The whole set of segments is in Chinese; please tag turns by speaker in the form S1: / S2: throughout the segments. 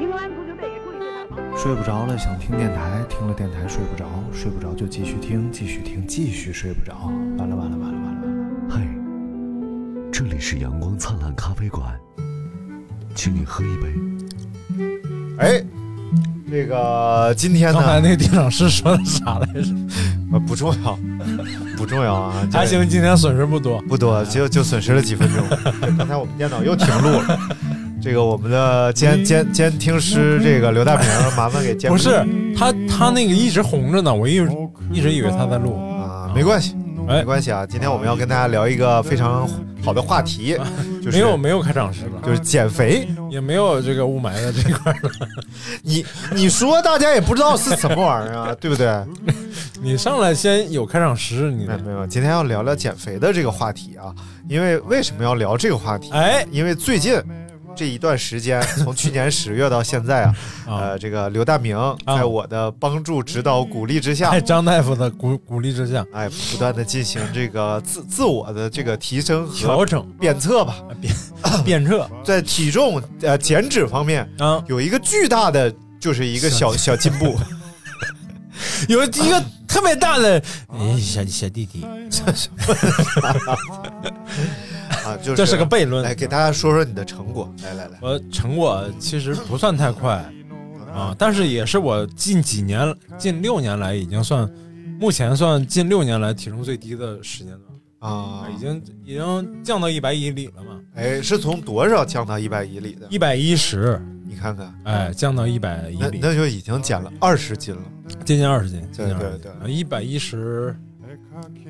S1: 英格兰足球队也注意这场。
S2: 睡不着了，想听电台，听了电台睡不着，睡不着就继续听，继续听，继续睡不着。完了完了完了完了完了！
S3: 嗨，这里是阳光灿烂咖啡馆，请你喝一杯。
S4: 哎，这个今天
S5: 刚才
S4: 呢，
S5: 那个地场师说的 啥来着？
S4: 呃不重要， 不重要啊，这
S5: 还行，今天损失不多。
S4: 不多，就就损失了几分钟。这刚才我们电脑又停录了。这个我们的监监监听师，这个刘大平，麻烦给监
S5: 不是他，他那个一直红着呢，我一一直以为他在录。
S4: 啊，没关系，
S5: 哎
S4: 没关系啊。今天我们要跟大家聊一个非常好的话题，就是
S5: 啊没有没有开场诗了，
S4: 就是减肥。
S5: 也没有这个雾霾的这块儿了。
S4: 你你说大家也不知道是什么玩意儿啊，对不对？
S5: 你上来先有开场诗，你
S4: 没有没有，今天要聊聊减肥的这个话题啊，因为为什么要聊这个话题？
S5: 哎
S4: 因为最近这一段时间，从去年十月到现在啊，
S5: 啊
S4: 呃，这个刘大明在我的帮助、指导、鼓励之下
S5: 哎，，张大夫的鼓鼓励之下
S4: 哎，不断的进行这个自自我的这个提升
S5: 调
S4: 和
S5: 整哎
S4: 鞭策吧，
S5: 鞭策
S4: 在体重呃减脂方面
S5: 啊，
S4: 有一个巨大的，就是一个小小进 步，
S5: 有一个特别大的哎小小弟弟，
S4: 啊，就是
S5: 这是个悖论
S4: 来。给大家说说你的成果，来来来，
S5: 我成果其实不算太快
S4: 嗯
S5: 啊，但是也是我近几年、近六年来已经算，目前算近六年来体重最低的时间段，
S4: 啊，
S5: 已经已经降到一百一里了嘛，
S4: 哎，是从多少降到一百以里的？
S5: 一百一十，
S4: 你看看，
S5: 哎，降到一百一
S4: 那
S5: 里，
S4: 那就已经减了二十斤了。
S5: 接近二十斤，接
S4: 对
S5: 近
S4: 对
S5: 二
S4: 对
S5: 十，一百一十。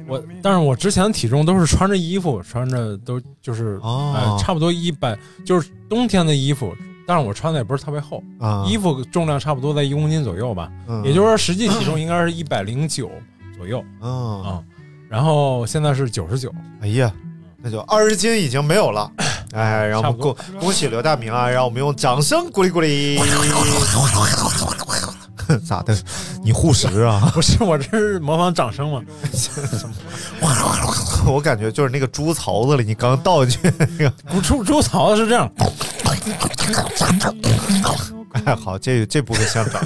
S5: 我，但是我之前的体重都是穿着衣服，穿着都就是，
S4: 哦
S5: 哎，差不多一百，就是冬天的衣服，但是我穿的也不是特别厚，
S4: 啊
S5: 衣服重量差不多在一公斤左右吧，
S4: 嗯
S5: 也就是说实际体重应该是一百零九左右
S4: 嗯，
S5: 啊、然后现在是九十九，
S4: 哎呀，那就二十斤已经没有了。哎，让我
S5: 差
S4: 们
S5: 不多
S4: 恭恭喜刘大明啊！让我们用掌声鼓励鼓励。 咋的？你护食啊？
S5: 不是我这是模仿掌声嘛？
S4: 我感觉就是那个猪槽子里，你刚倒进去那个。
S5: 不 猪猪槽子是这样，
S4: 哎， 好，这这部分香 港。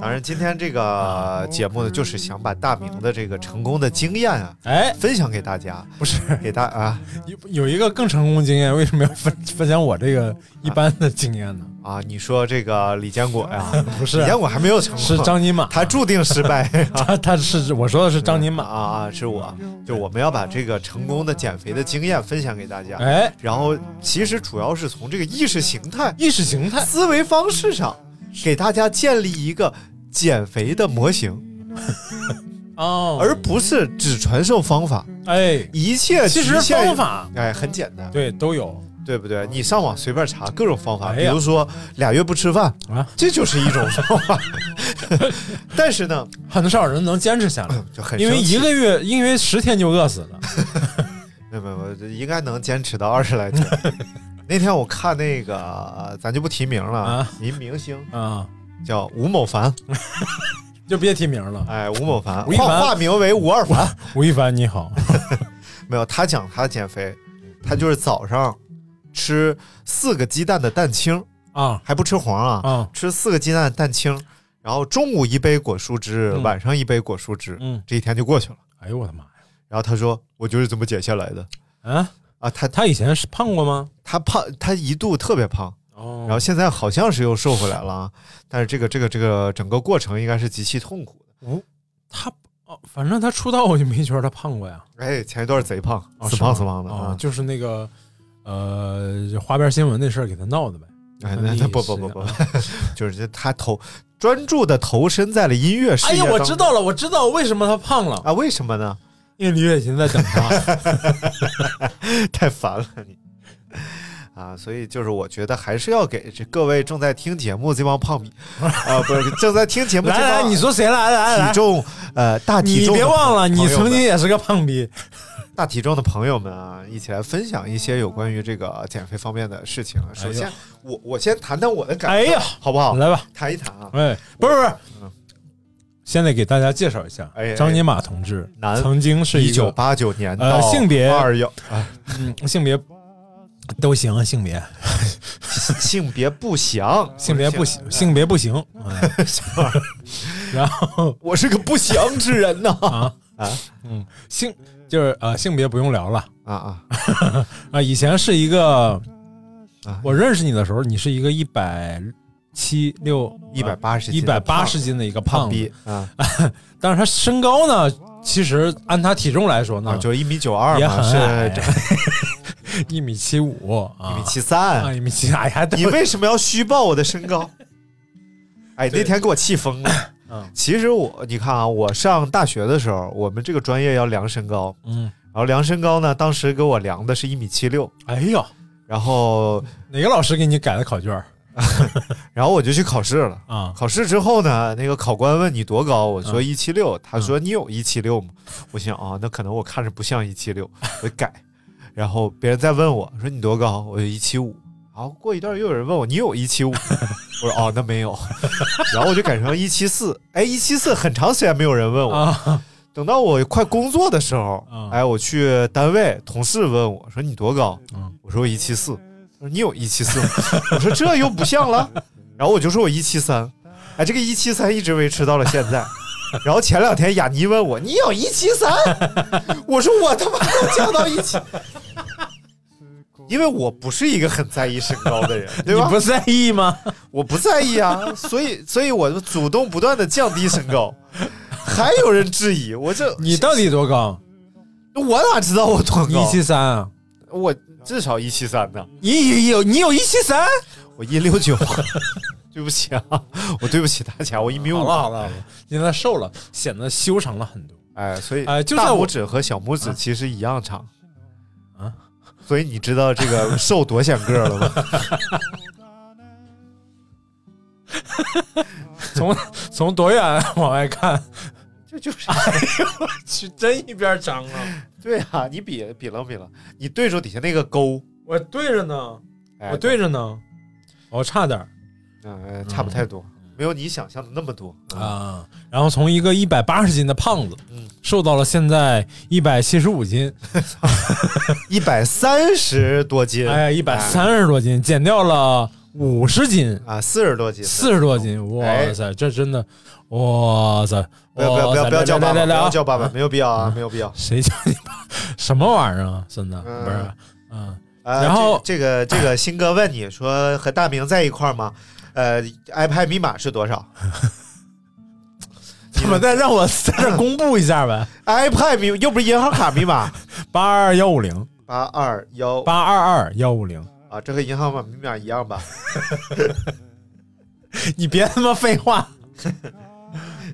S4: 当然，今天这
S5: 啊
S4: 个节目呢，就是想把大明的这个成功的经验啊，
S5: 哎，
S4: 分享给大家，
S5: 不是
S4: 给大啊
S5: 有有一个更成功的经验，为什么要分分享我这个一般的经验 呢？
S4: 啊！你说这个李坚果呀，
S5: 不是
S4: 李坚果还没有成功，
S5: 是张金马，
S4: 他注定失败。
S5: 他他是我说的是张金马，
S4: 啊，是我，就我们要把这个成功的减肥的经验分享给大家。
S5: 哎，
S4: 然后，其实主要是从这个意识形态、
S5: 意识形 态，
S4: 思维方式上，给大家建立一个减肥的模型，
S5: 哦
S4: 而不是只传授方法。
S5: 哎，
S4: 一切
S5: 其实
S4: 局限于
S5: 方法
S4: 哎很简单，
S5: 对都有
S4: 对不对？你上网随便查各种方法，
S5: 哎
S4: 比
S5: 呀
S4: 如说俩月不吃饭
S5: 啊，
S4: 这就是一种方 法。但是呢，
S5: 很少人能坚持下 来，
S4: 就很
S5: 因为
S4: 生气
S5: 一个月，因为十天就饿死了。
S4: 没有没有没有，应该能坚持到二十来 天。那天我看那个，咱就不提名了，
S5: 啊
S4: 一明星
S5: 啊，
S4: 叫吴某凡，
S5: 就别提名了。
S4: 哎，吴某凡，
S5: 吴亦
S4: 化
S5: 凡
S4: 化名为吴二凡。
S5: 吴亦凡你好，
S4: 没有，他讲他减肥，他就是早上吃四个鸡蛋的蛋清，
S5: 啊
S4: 还不吃黄啊，
S5: 啊，
S4: 吃四个鸡蛋的蛋清，然后中午一杯果蔬汁，
S5: 嗯
S4: 晚上一杯果蔬汁，
S5: 嗯，
S4: 这一天就过去了。
S5: 哎呦我的妈呀！
S4: 然后他说，我就是这么减下来的
S5: 啊，
S4: 啊。他
S5: 他以前是胖过吗？
S4: 他胖，他一度特别胖。
S5: 哦
S4: 然后现在好像是又瘦回来了，啊，但是这个这个这个整个过程应该是极其痛苦的。
S5: 他哦，反正他出道我就没觉得他胖过呀，
S4: 哎，前一段贼胖，
S5: 哦
S4: 死
S5: 是吗
S4: 胖死胖的
S5: 啊
S4: 啊，！
S5: 就是那个呃花边新闻那事儿给他闹的呗。
S4: 哎，那那不不不不， 就是这他投专注的投身在了音乐事
S5: 哎
S4: 业
S5: 呀，
S4: 啊当中。
S5: 我知道了，我知道为什么他胖了，
S4: 啊，为什么呢？
S5: 因为李雪琴在等 他。
S4: 太烦了你啊！所以就是我觉得还是要给这各位正 在听节目这帮胖逼啊，不是正在听节目这
S5: 来
S4: 帮
S5: 来，你说谁来来来
S4: 体？重呃，大体
S5: 你
S4: 重的
S5: 别忘了，
S4: 朋
S5: 你
S4: 友
S5: 曾
S4: 们
S5: 经也是个胖逼。
S4: 大体重的朋友们啊，一起来分享一些有关于这个减肥方面的事情啊。首先，
S5: 哎
S4: 我我先谈谈我的感受，
S5: 哎呀
S4: 好不好？
S5: 来吧，
S4: 谈一谈啊，
S5: 哎，不是不是，先得给大家介绍一下
S4: 哎哎，
S5: 张尼玛同志
S4: 男
S5: 曾经是
S4: 一
S5: 一
S4: 九
S5: 个
S4: 八九年
S5: 呃
S4: 到
S5: 性别
S4: 二幺，啊
S5: 嗯性别都行啊，性别
S4: 性别不详，
S5: 性别不行，性别不行，哎 然后
S4: 我是个不祥之人呐
S5: 啊
S4: 啊
S5: 嗯性就是呃性别不用聊了
S4: 啊啊
S5: 啊，以前是一个
S4: 啊！
S5: 我认识你的时候，你是一个一百七六
S4: 一百八十
S5: 一百八十斤的一个
S4: 胖
S5: 胖子，
S4: 逼啊，
S5: 但是他身高呢，其实按他体重来说呢，
S4: 啊就一米九二
S5: 嗯也
S4: 嘛，
S5: 很
S4: 是
S5: 矮
S4: 这，
S5: 一米七五啊，
S4: 一米七
S5: 啊，
S4: 三。
S5: 一米七，哎呀，
S4: 你为什么要虚报我的身 高？哎，那天给我气疯了。
S5: 嗯
S4: 其实我，你看啊，我上大学的时候，我们这个专业要量身高，
S5: 嗯，
S4: 然后量身高呢，当时给我量的是一米七六，
S5: 哎呦，
S4: 然后，
S5: 哪个老师给你改的考卷儿
S4: 然后我就去考试了。
S5: 啊？
S4: 考试之后呢，那个考官问你多高，我说一七六，他说你有一七六吗？我想啊，那可能我看着不像一七六，我就改。然后别人再问我说你多高，我就一七五。然后过一段又有人问我你有一七五，我说哦那没有， 然后我就改成一七四。哎，一七四很长时间没有人问我，
S5: 啊，
S4: 等到我快工作的时候，
S5: 嗯
S4: 哎，我去单位，同事问我说你多高？
S5: 嗯
S4: 我说我一七四，他说你有一七四吗？ 我说这又不像了，然后我就说我一七三，哎，这个一七三一直维持到了现 在。然后前两天雅妮问我你有一七三，我说我他妈都降到一七，因为我不是一个很在意身高的 人，对
S5: 你
S4: 吧？
S5: 不在 意吗？
S4: 我不在意啊，所以所以我就主动不断的降低身高，还有人质疑我这
S5: 你到底多高？
S4: 我哪知道我多高？
S5: 一七三啊？
S4: 我至少一七三呢，
S5: 你有你有一七三？
S4: 我一六 九。对不起啊，我对不起大家，我一米五。
S5: 好了好了好了，现在瘦了，显得修长了很多。
S4: 哎，所以
S5: 哎就在
S4: 大
S5: 我
S4: 拇指和小拇指其实一样长
S5: 啊。
S4: 所以你知道这 个瘦多显个儿了吧？
S5: 从从多远往外看，
S4: 这就是
S5: 去真一边长 啊！
S4: 对啊，你比比了比了，你对住底下那个沟，
S5: 我对着呢，
S4: 哎
S5: 我对着呢，我差点儿
S4: 嗯，呃差不太多，没有你想象的那么多。
S5: 啊。然后从一个一百八十斤的胖子
S4: 嗯，
S5: 瘦到了现在一百七十五斤，
S4: 一百三十多斤，
S5: 哎呀，一百三十多斤，减掉了五十斤，
S4: 啊，四十多斤，
S5: 四十多斤，哇塞，这真的，哇塞，
S4: 哎不要不要不要不要叫爸
S5: 来
S4: 爸，
S5: 来
S4: 不
S5: 来
S4: 要
S5: 啊！
S4: 叫爸爸，没有必要啊， 没有必要。
S5: 谁叫你爸？什么玩意儿啊，孙子？
S4: 嗯
S5: 不是，嗯，
S4: 呃
S5: 然后
S4: 这这个这个新哥问你说和大明在一块儿吗？呃，iPad 密码是多少
S5: 怎么再让我 在这儿公布一下呗？
S4: ？iPad 密又不是银行卡密 码，
S5: 八二幺五零，
S4: 八二幺
S5: 八二二幺五零，
S4: 啊，这和银行卡密码一样吧？
S5: 你别他妈废话。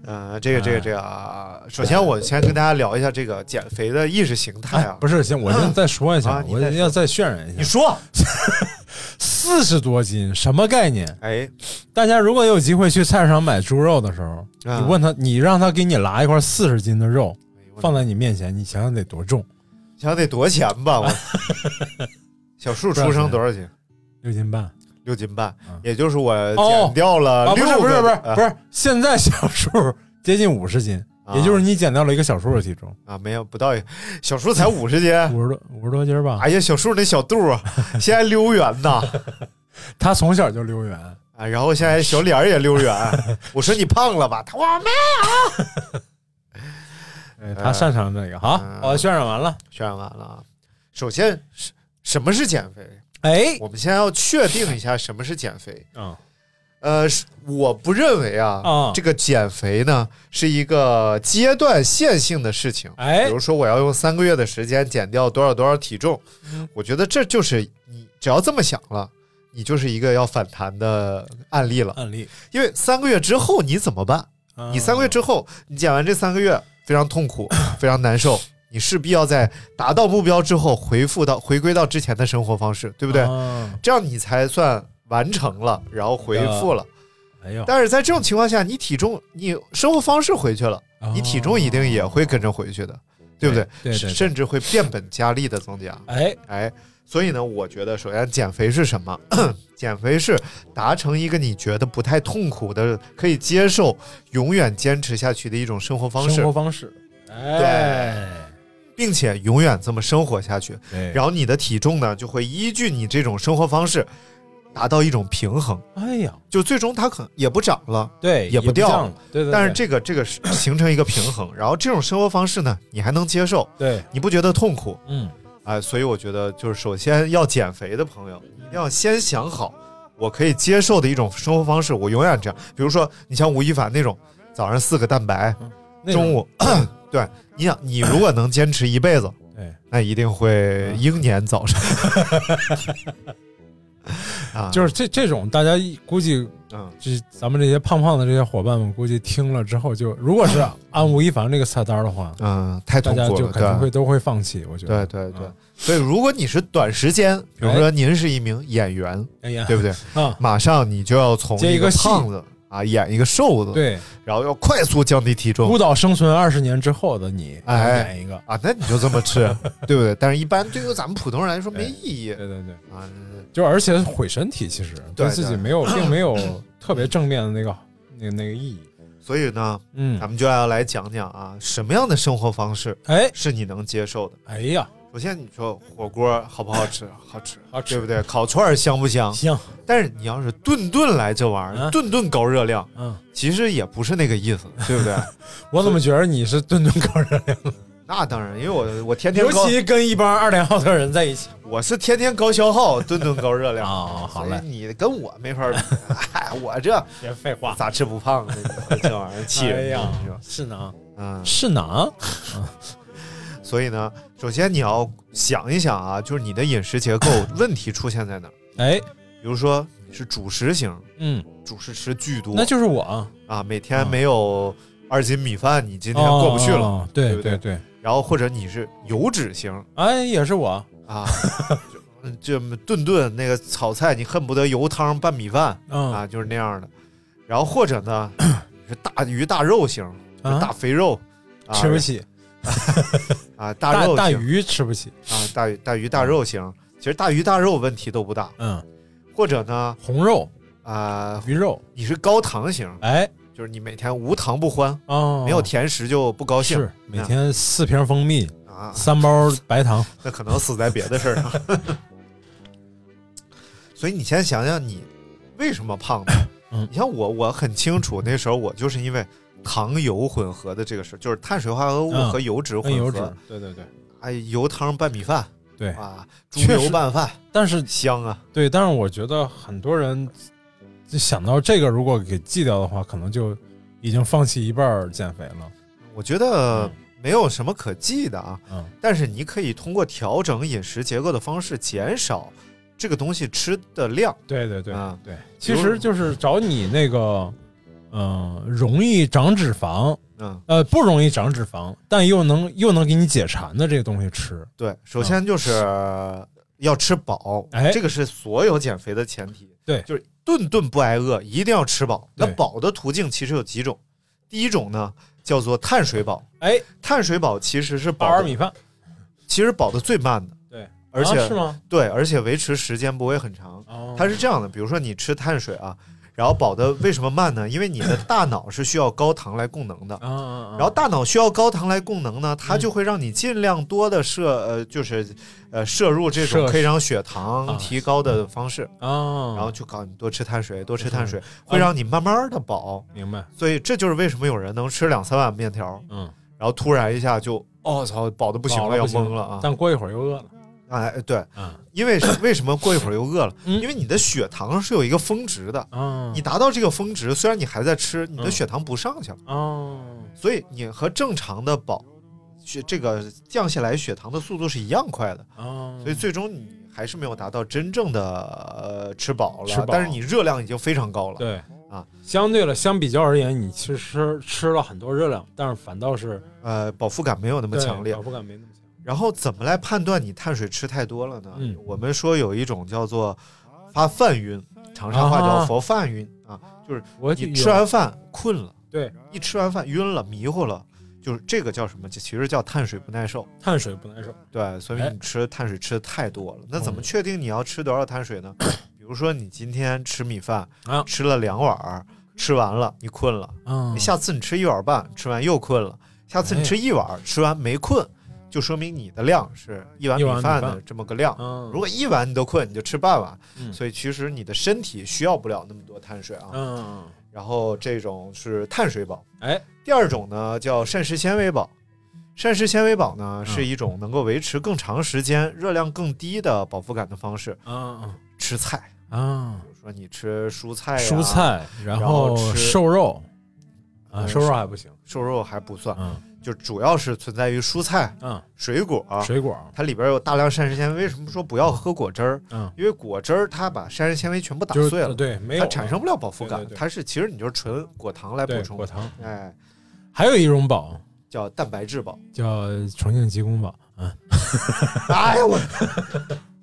S4: 呃，这个这个这个啊，
S5: 哎
S4: 首先我先跟大家聊一下这个减肥的意识形态啊，
S5: 哎不是，行，我先再说一
S4: 啊
S5: 下，
S4: 你
S5: 我
S4: 再说
S5: 要再渲染一
S4: 你
S5: 下。
S4: 说，
S5: 四十多斤什么概念？
S4: 哎，
S5: 大家如果有机会去菜市场买猪肉的时候，
S4: 啊
S5: 你问他，你让他给你拿一块四十斤的肉放在你面前，你想想得多重？
S4: 想得多少钱吧？ 我小树出生多少斤？
S5: 六斤半。
S4: 六斤半
S5: 嗯，
S4: 也就是我
S5: 哦
S4: 减掉了
S5: 啊，不
S4: 六个，
S5: 是不是不是
S4: 啊
S5: 不是，现在小数 接近五十斤，
S4: 啊
S5: 也就是你减掉了一个小数的体重，
S4: 啊，没有不到一，小树才五十斤，
S5: 五十多五十多斤吧。
S4: 哎呀，小树那小肚啊，现在溜圆呐，
S5: 他从小就溜圆，
S4: 啊，然后现在小脸儿也溜圆。我说你胖了吧？他说我没。
S5: 哎他擅长这个。好
S4: 嗯，
S5: 我渲染完了。
S4: 渲染完了啊。首先是什么是减肥？
S5: 哎，
S4: 我们先要确定一下什么是减肥。
S5: 嗯
S4: 呃，是我不认为啊，
S5: 啊
S4: 这个减肥呢是一个阶段线性的事情。
S5: 哎
S4: 比如说我要用三个月的时间减掉多少多少体重，
S5: 嗯
S4: 我觉得这就是你只要这么想了，你就是一个要反弹的案例了。
S5: 案例，
S4: 因为三个月之后你怎么办？
S5: 嗯
S4: 你三个月之后，你减完这三个月非常痛 苦，非常难受，你势必要在达到目标之后回复到回归到之前的生活方式，对不对？
S5: 啊
S4: 这样你才算完成了，然后回复了。
S5: 哎呦，
S4: 但是在这种情况下，你体重、你生活方式回去了，你体重一定也会跟着回去的，对不对？
S5: 哦对对对
S4: 甚至会变本加厉的增加。
S5: 哎，
S4: 哎，所以呢，我觉得首先减肥是什么？ 减肥是达成一个你觉得不太痛苦的、可以接受、永远坚持下去的一种生活方式
S5: 生活，方式，哎，
S4: 并且永远这么生活下去。
S5: 对
S4: 然后你的体重呢，就会依据你这种生活方式达到一种平衡，
S5: 哎呀，
S4: 就最终它可能也不涨了。
S5: 对，
S4: 也不掉
S5: 降了，对对，
S4: 但是
S5: 对
S4: 这个这个是形成一个平衡，然后这种生活方式呢，你还能接受，
S5: 对，
S4: 你不觉得痛苦，
S5: 嗯，
S4: 哎，所以我觉得就是首先要减肥的朋友，一定要先想好我可以接受的一种生活方式，我永远这样。比如说，你像吴亦凡那种，早上四个蛋白，
S5: 嗯那种
S4: 中午， 对，你想你如果能坚持一辈子，
S5: 对，
S4: 那一定会
S5: 嗯
S4: 英年早 逝。啊，
S5: 就是这这种大家一估计
S4: 嗯，
S5: 这咱们这些胖胖的这些伙伴们，估计听了之后就，如果 是按吴亦凡这个菜单的话，
S4: 嗯，太
S5: 大
S4: 痛
S5: 家
S4: 苦
S5: 就
S4: 了，
S5: 肯定会
S4: 对。
S5: 都会放弃。我觉
S4: 对
S5: 得，
S4: 对对
S5: 嗯，
S4: 所以如果你是短时间，比如说您是一名演员，
S5: 哎呀，
S4: 对不对？嗯
S5: 啊，
S4: 马上你就要从
S5: 接一
S4: 一
S5: 个
S4: 个
S5: 戏
S4: 胖子啊演一个瘦子，
S5: 对，
S4: 然后要快速降低体
S5: 孤
S4: 重
S5: 岛生存二十年之后的你，
S4: 哎
S5: 演一个，
S4: 啊，那你就这么 吃，对不对？但是，一般对于咱们普通人来说没意义
S5: 对对对，
S4: 啊。
S5: 就而且毁身体，其实对
S4: 对
S5: 自己
S4: 对
S5: 没 有，并没有特别正面的那个那个那个意义。
S4: 所以呢，
S5: 嗯
S4: 咱，们就要来讲讲啊，什么样的生活方式
S5: 哎
S4: 是你能接受的？
S5: 哎呀，
S4: 首先，你说火锅好不好 吃？好吃，
S5: 好吃
S4: 对不对？烤串儿香不 香？
S5: 行，
S4: 但是你要是顿顿来这玩意
S5: 啊
S4: 儿，顿顿高热量，
S5: 嗯，
S4: 其实也不是那个意思，对 不对？
S5: 我怎么觉得你是顿顿高热量，
S4: 那当然，因为我我 天天
S5: 尤
S4: 高，
S5: 其跟一帮二零后的人在一起
S4: 我是天天高消耗，顿顿高热量
S5: 啊好嘞
S4: 所以你跟我没法比，哎，我这
S5: 别废话，
S4: 咋吃不胖呢？这玩意儿气
S5: 哎
S4: 人啊
S5: 呀
S4: 的，你说，
S5: 是呢，
S4: 嗯，
S5: 是呢，
S4: 所以呢，首先你要想一想啊，就是你的饮食结构问题出现在哪儿？
S5: 哎，
S4: 比如说你是主食型，
S5: 嗯，
S4: 主食吃巨多，
S5: 那就是我啊
S4: 啊，每天没有二斤米饭，你今天过不去了。
S5: 哦对
S4: 对不对
S5: 对，
S4: 然后或者你是油脂型
S5: 哎，也是我，
S4: 啊， 就就顿顿那个炒菜，你恨不得油汤拌米饭
S5: 嗯
S4: 啊，就是那样的。然后或者 呢是大鱼大肉型，就
S5: 啊
S4: 大肥肉。啊
S5: 吃不起，
S4: 啊，
S5: 大
S4: 大肉
S5: 大
S4: 型
S5: 鱼吃不起，
S4: 啊，大鱼大鱼大肉型，其实大鱼大肉问题都不大，
S5: 嗯，
S4: 或者呢，
S5: 红肉、
S4: 啊、
S5: 鱼肉，
S4: 你是高糖型，
S5: 哎，
S4: 就是你每天无糖不欢，
S5: 哦，
S4: 没有甜食就不高兴
S5: 是每天四瓶蜂蜜，
S4: 啊，
S5: 三包白糖，
S4: 那可能死在别的事儿上。 所以你先想想你为什么胖的，
S5: 嗯
S4: 你像我，我很清楚那时候我就是因为糖油混合的这个事儿，就是碳水化合物
S5: 嗯
S4: 和油脂
S5: 跟
S4: 混
S5: 油脂
S4: 合，，
S5: 对对对
S4: 哎，油汤拌米饭
S5: 对，
S4: 啊，猪
S5: 确实嗯
S4: 油拌饭
S5: 但是
S4: 香啊，
S5: 对，但是我觉得很多人就想到这个，如果给戒掉的话，可能就已经放弃一半儿减肥了。
S4: 我觉得没有什么可忌的啊。
S5: 嗯，
S4: 但是你可以通过调整饮食结构的方式，减少这个东西吃的量。
S5: 对对对、
S4: 啊
S5: 对，其实就是找你那个，嗯、容易长脂肪，
S4: 嗯，
S5: 呃，不容易长脂肪，但又能又能给你解馋的这个东西吃。
S4: 对，首先就是要吃饱，
S5: 嗯哎
S4: 这个是所有减肥的前提。
S5: 对
S4: 就是顿顿不挨饿，一定要吃饱。那
S5: 对
S4: 饱的途径其实有几种，第一种呢叫做碳水饱，
S5: 哎，
S4: 碳水饱其实是
S5: 八
S4: 饱
S5: 碗
S4: 的
S5: 米，饭，
S4: 其实饱的最慢的，
S5: 对，
S4: 而且、
S5: 啊是吗？
S4: 对，而且维持时间不会很长。
S5: 哦
S4: 它是这样的，比如说你吃碳水啊，然后饱的为什么慢呢？因为你的大脑是需要高糖来供能的，
S5: 啊啊啊，
S4: 然后大脑需要高糖来供能呢，它就会让你尽量多的摄呃，就是呃摄入这
S5: 摄
S4: 种可以让血糖
S5: 啊
S4: 提高的方式，
S5: 啊，
S4: 然后就告诉你多吃碳水，多吃碳水，
S5: 嗯
S4: 会让你慢慢的饱。
S5: 明白，
S4: 所以这就是为什么有人能吃两三碗面条，
S5: 嗯，
S4: 然后突然一下就哦操，饱的不行
S5: 饱
S4: 了，要
S5: 不行
S4: 懵了啊！
S5: 但过一会儿又饿了，
S4: 哎，对，
S5: 啊
S4: 因为是为什么过一会儿又饿了？
S5: 嗯
S4: 因为你的血糖是有一个峰值的，
S5: 啊，
S4: 你达到这个峰值，虽然你还在吃，你的
S5: 嗯
S4: 血糖不上去了，
S5: 哦，
S4: 所以你和正常的饱血这个降下来血糖的速度是一样快的，
S5: 哦，
S4: 所以最终你还是没有达到真正的呃吃饱了，
S5: 吃饱
S4: 但是你热量已经非常高了。
S5: 对
S4: 啊，
S5: 相对了，相比较而言，你其实吃了很多热量，但是反倒是
S4: 呃，饱腹感没有那么
S5: 对
S4: 强烈
S5: 饱。腹感没那么强。
S4: 然后怎么来判断你碳水吃太多了呢？
S5: 嗯
S4: 我们说有一种叫做发饭晕，长沙话
S5: 啊
S4: 叫佛饭晕啊，就是
S5: 我
S4: 你吃完饭困了，
S5: 对，
S4: 一吃完饭晕了、迷糊了，就是这个叫什么？就其实叫碳水不耐受。
S5: 碳水不耐受，
S4: 对，所以
S5: 哎
S4: 你吃的碳水吃的太多了。那怎么
S5: 嗯
S4: 确定你要吃多少碳 水呢？比如说你今天吃米饭
S5: 啊，
S4: 吃了两碗儿，吃完了你困了，
S5: 嗯
S4: 你下次你吃一碗半，吃完又困了，下次你吃一碗
S5: 哎
S4: 儿，吃完没困，就说明你的量是一碗
S5: 一碗
S4: 米
S5: 米
S4: 饭
S5: 饭
S4: 的这么个量。
S5: 嗯，
S4: 如果一碗你都困，你就吃半碗，
S5: 嗯
S4: 所以其实你的身体需要不了那么多碳水啊。
S5: 嗯，
S4: 然后这种是碳水饱，
S5: 哎，
S4: 第二种呢叫膳食纤维饱。膳食纤维饱
S5: 嗯
S4: 呢是一种能够维持更长时间、热量更低的饱腹感的方式。
S5: 嗯
S4: 吃菜，
S5: 嗯啊，
S4: 比如说你吃蔬菜、
S5: 蔬、菜，然后
S4: 然后吃
S5: 瘦肉啊，
S4: 嗯
S5: 瘦肉还不行，
S4: 瘦肉还不算，
S5: 嗯
S4: 就主要是存在于蔬菜、
S5: 嗯，
S4: 水果。
S5: 水果，
S4: 它里边有大量膳食纤维，为什么说不要喝果汁儿？
S5: 嗯，
S4: 因为果汁儿它把膳食纤维全部打
S5: 就是
S4: 碎了，
S5: 对，没有
S4: 它产生不了饱腹感，
S5: 对对对
S4: 它是其实你就是纯果糖来补
S5: 对
S4: 充
S5: 果，糖，
S4: 哎，
S5: 还有一种宝
S4: 叫蛋白质饱。
S5: 叫重庆鸡公煲，嗯，
S4: 哎呀我，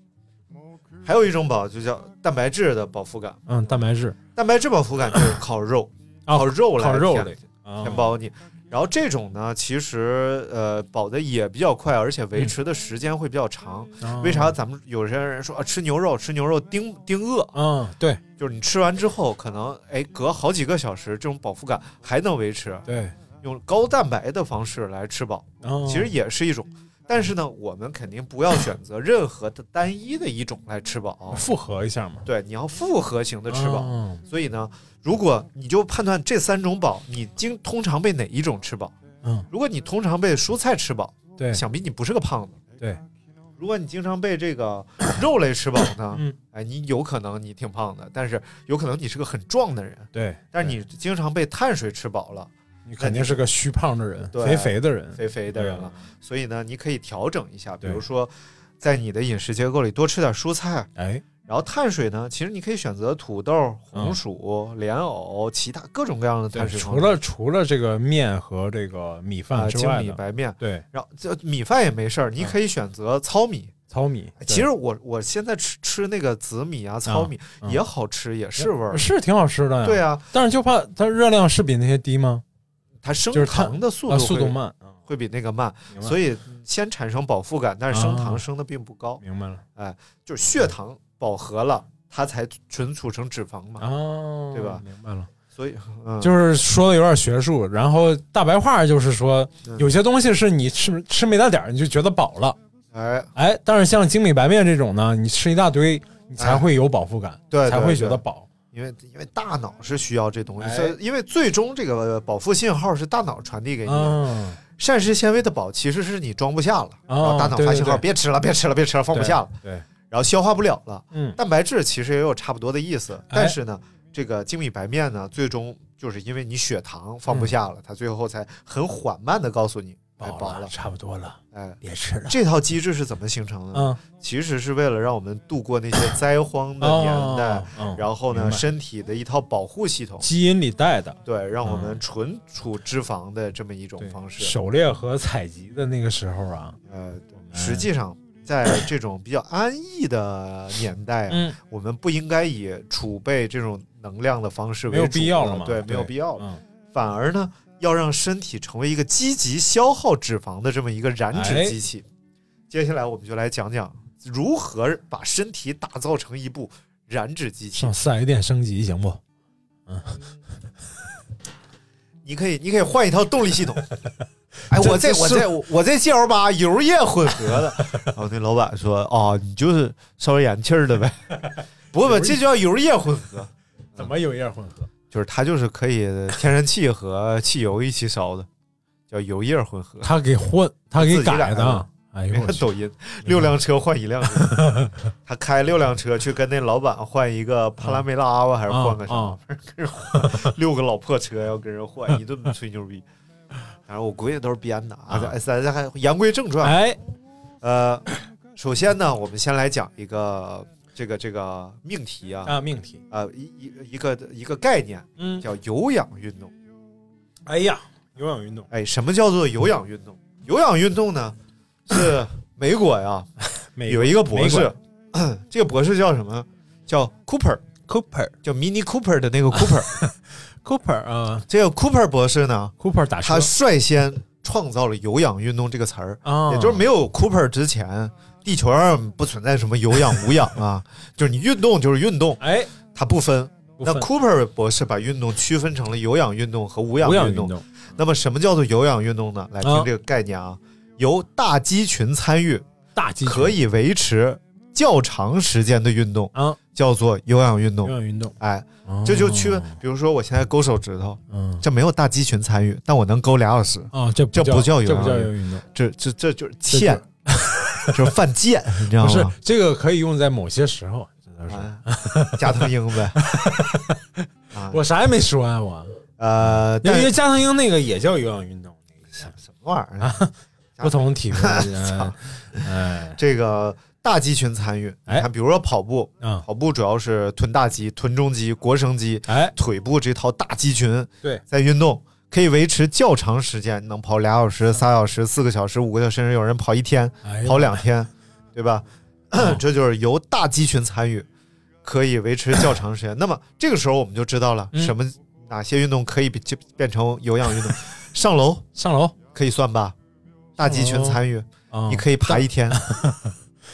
S4: 还有一种饱就叫蛋白质的饱腹感，
S5: 嗯，蛋白质，
S4: 蛋白质饱腹感 就是靠肉，
S5: 啊
S4: 靠肉来
S5: 烤肉
S4: 填
S5: 类，啊
S4: 填饱你。然后这种呢，其实呃饱的也比较快，而且
S5: 嗯
S4: 维持的时间会比较长。为啥？咱们有些人说啊吃牛肉吃牛肉盯盯饿，
S5: 嗯，对
S4: 就是你吃完之后可能哎隔好几个小时，这种饱腹感还能维持。
S5: 对，
S4: 用高蛋白的方式来吃饱，
S5: 嗯
S4: 其实也是一种。但是呢，我们肯定不要选择任何的单一的一种来吃 饱，
S5: 复合一下嘛，
S4: 对，你要复合型的吃饱。
S5: 嗯
S4: 所以呢，如果你就判断这三种饱，你经通常被哪一种吃饱？
S5: 嗯，
S4: 如果你通常被蔬菜吃饱，
S5: 对
S4: 想必你不是个胖子。
S5: 对，
S4: 如果你经常被这个 肉类吃饱呢，
S5: 嗯
S4: 哎，你有可能你挺胖的，但是有可能你是个很壮的人。
S5: 对，
S4: 但是你经常被碳水吃饱了，
S5: 你肯定是个虚胖的人，
S4: 对
S5: 肥肥的人，
S4: 肥肥的人了，所以呢，你可以调整一下，比
S5: 嗯啊对
S4: 如说，在你的饮食结构里多吃点蔬菜，
S5: 哎，
S4: 然后碳水呢，其实你可以选择土豆、红薯、莲藕，其他各种各样的
S5: 嗯对，
S4: 碳水
S5: 除
S4: 方式，
S5: 了除了这个面和这个米
S4: 啊
S5: 饭之
S4: 精
S5: 外
S4: 米、
S5: 呢，嗯
S4: 白面，
S5: 对，
S4: 然后这米饭也没事儿，你可以选择糙米。
S5: 糙米，
S4: 其实我我现在吃吃那个紫米啊、糙米
S5: 嗯
S4: 也好吃，也是味儿
S5: 对。是挺好吃的呀，
S4: 对，啊，
S5: 但是就怕它热量是比那些低吗？
S4: 它升
S5: 就是碳
S4: 糖的速
S5: 啊，
S4: 度
S5: 速度
S4: 会
S5: 慢，啊
S4: 会比那个慢，
S5: 明白
S4: 所以先产生饱腹感，但是升糖
S5: 啊
S4: 升的并不高。
S5: 明白了
S4: 就是血糖饱和了，它才存储成脂肪嘛。
S5: 啊，
S4: 对吧
S5: 明白了，
S4: 所以，嗯，
S5: 就是说的有点学术，然后大白话就是说，
S4: 嗯
S5: 有些东西是你吃吃没大点儿你就觉得饱了，
S4: 哎，
S5: 哎，但是像精米白面这种呢，你吃一大堆，你才会有饱腹感，
S4: 哎对，
S5: 才
S4: 对
S5: 会觉得
S4: 对
S5: 饱，
S4: 因为因为大脑是需要这东西，
S5: 哎
S4: 所以因为最终这个饱腹信号是大脑传递给你的。
S5: 嗯，哦
S4: 膳食纤维的饱其实是你装不下了，然后大脑
S5: 对
S4: 发
S5: 对
S4: 信号
S5: 对
S4: 别吃了，别吃了，别吃了，放不
S5: 对
S4: 下了，，
S5: 对，
S4: 然后消化不了了。
S5: 嗯，哎
S4: 蛋白质其实也有差不多的意思，但是呢，这个精米白面呢，最终就是因为你血糖放
S5: 嗯
S4: 不下了，它最后才很缓慢的告诉你，哎，饱了，
S5: 差不多了，
S4: 哎。
S5: 别吃了，
S4: 这套机制是怎么形成的呢？
S5: 嗯，
S4: 其实是为了让我们度过那 些灾荒的年代，
S5: 哦，嗯
S4: 然后呢，
S5: 明白
S4: 身体的一套保护系统，
S5: 基因里带的。
S4: 对，让我们存储脂肪的这么一种
S5: 嗯对
S4: 方式。
S5: 狩猎和采集的那个时候啊，
S4: 呃，对实际上，在这种比较安逸的年代，
S5: 嗯，
S4: 我们不应该以储备这种能量的方式为
S5: 没有
S4: 主
S5: 必要了
S4: 的
S5: 嘛，
S4: 对，没有必要了。
S5: 嗯，
S4: 反而呢，要让身体成为一个积极消耗脂肪的这么一个燃
S5: 哎
S4: 脂机器。接下来我们就来讲讲如何把身体打造成一部燃脂机器
S5: 上。四 S 店升级行不？
S4: 你可以，你可以换一套动力系 统。哎，
S5: 这
S4: 我这
S5: 这
S4: 我
S5: 是
S4: 这我这 G L 八油液混合 的。然后那老板说：“哦，你就是稍微燃气儿的呗。”不不，这叫油液混合，
S5: 怎么有液混合？
S4: 就是它就是可以天然气和汽油一起烧的，叫油液混合。
S5: 他给混，他
S4: 自
S5: 给
S4: 己改
S5: 改
S4: 的
S5: 的。哎呦
S4: 你
S5: 我
S4: 看
S5: 去，
S4: 抖音，六辆车换 一辆车，他开六辆车去跟那老板换一个帕拉梅拉吧，还是换个什么？
S5: 啊
S4: 六个老破车要跟人换，一顿吹牛 逼。反正我估计都是编的啊。咱咱咱还言归正
S5: 啊
S4: 传，
S5: 哎，
S4: 呃，首先呢，我们先来讲一个这个这个命题啊，
S5: 啊，命题，
S4: 呃，一一一个一个概念
S5: 嗯，
S4: 叫有氧运动。
S5: 哎呀，有氧运动，
S4: 哎，什么叫做有氧运动？有氧运动呢，是美国呀
S5: 美
S4: 有一个博
S5: 美
S4: 士， 这个博士叫什么？叫 Cooper，
S5: Cooper
S4: 叫 Mini Cooper 的那个 Cooper，
S5: Cooper 啊
S4: 这个 Cooper 博士呢，
S5: ，Cooper 打车
S4: 他率先创造了有氧运动这个词儿，
S5: 啊，
S4: 也就是没有 Cooper 之前，地球上不存在什么有氧无氧啊， 就是你运动就是运动，
S5: 哎，
S4: 它不分。
S5: 不
S4: 那
S5: 分
S4: Cooper 博士把运动区分成了有氧运动和无氧
S5: 无氧
S4: 运动。
S5: 动
S4: 那么什么叫做有氧运动呢？来
S5: 啊
S4: 听这个概念啊，由大肌群参与
S5: 大肌群
S4: 可以维持较长时间的运动，
S5: 啊，
S4: 叫做有氧运
S5: 有
S4: 动。
S5: 氧运动，哦
S4: 哎，这就区分，比如说我现在勾手指头，
S5: 嗯
S4: 这没有大肌群参与，但我能勾俩小时，
S5: 啊，这
S4: 这
S5: 不
S4: 不叫有
S5: 这不
S4: 氧
S5: 叫
S4: 运
S5: 有氧运动，
S4: 这这这就是
S5: 这
S4: 欠，就是犯贱，你知道
S5: 不是
S4: 吗？
S5: 这个可以用在某些时候，真的是
S4: 哎加藤鹰 呗，啊
S5: 我啥也没说啊，我
S4: 呃，
S5: 因
S4: 但
S5: 为
S4: 是
S5: 加藤鹰那个也叫有氧运动，那个
S4: 什什么玩意儿啊？
S5: 不 同体位，
S4: 操
S5: 哎
S4: 这个大肌群参与，你
S5: 哎
S4: 看，比如说跑步，
S5: 哎啊
S4: 跑步主要是臀大肌、臀中肌、腘绳肌、
S5: 哎，
S4: 腿部这套大肌群
S5: 对，
S4: 在运动，可以维持较长时间，能跑俩小时、仨小时、四个小时、五个小时，甚至有人跑一天、
S5: 嗯哎呀
S4: 跑两 天，对吧？
S5: 嗯
S4: 这就是由大肌群参与，可以维持较长时间。那么这个时候我们就知道了
S5: 嗯
S4: 什么哪些运动可以变就变成有氧运动， 上楼
S5: 上楼
S4: 可以算吧？大肌群参与，
S5: 啊，
S4: 你可以爬一 天，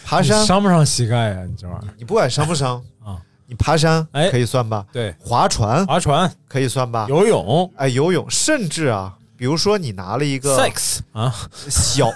S4: 爬
S5: 你
S4: 山
S5: 伤不伤膝盖啊呀？你这玩意儿
S4: 你不管伤不伤
S5: 啊，
S4: 你爬山
S5: 哎
S4: 可以算吧？
S5: 对，
S4: 划船
S5: 划船、
S4: 可以算吧？
S5: 游泳、
S4: 哎，游泳，甚至啊，比如说你拿了一个
S5: sex 啊，
S4: 小、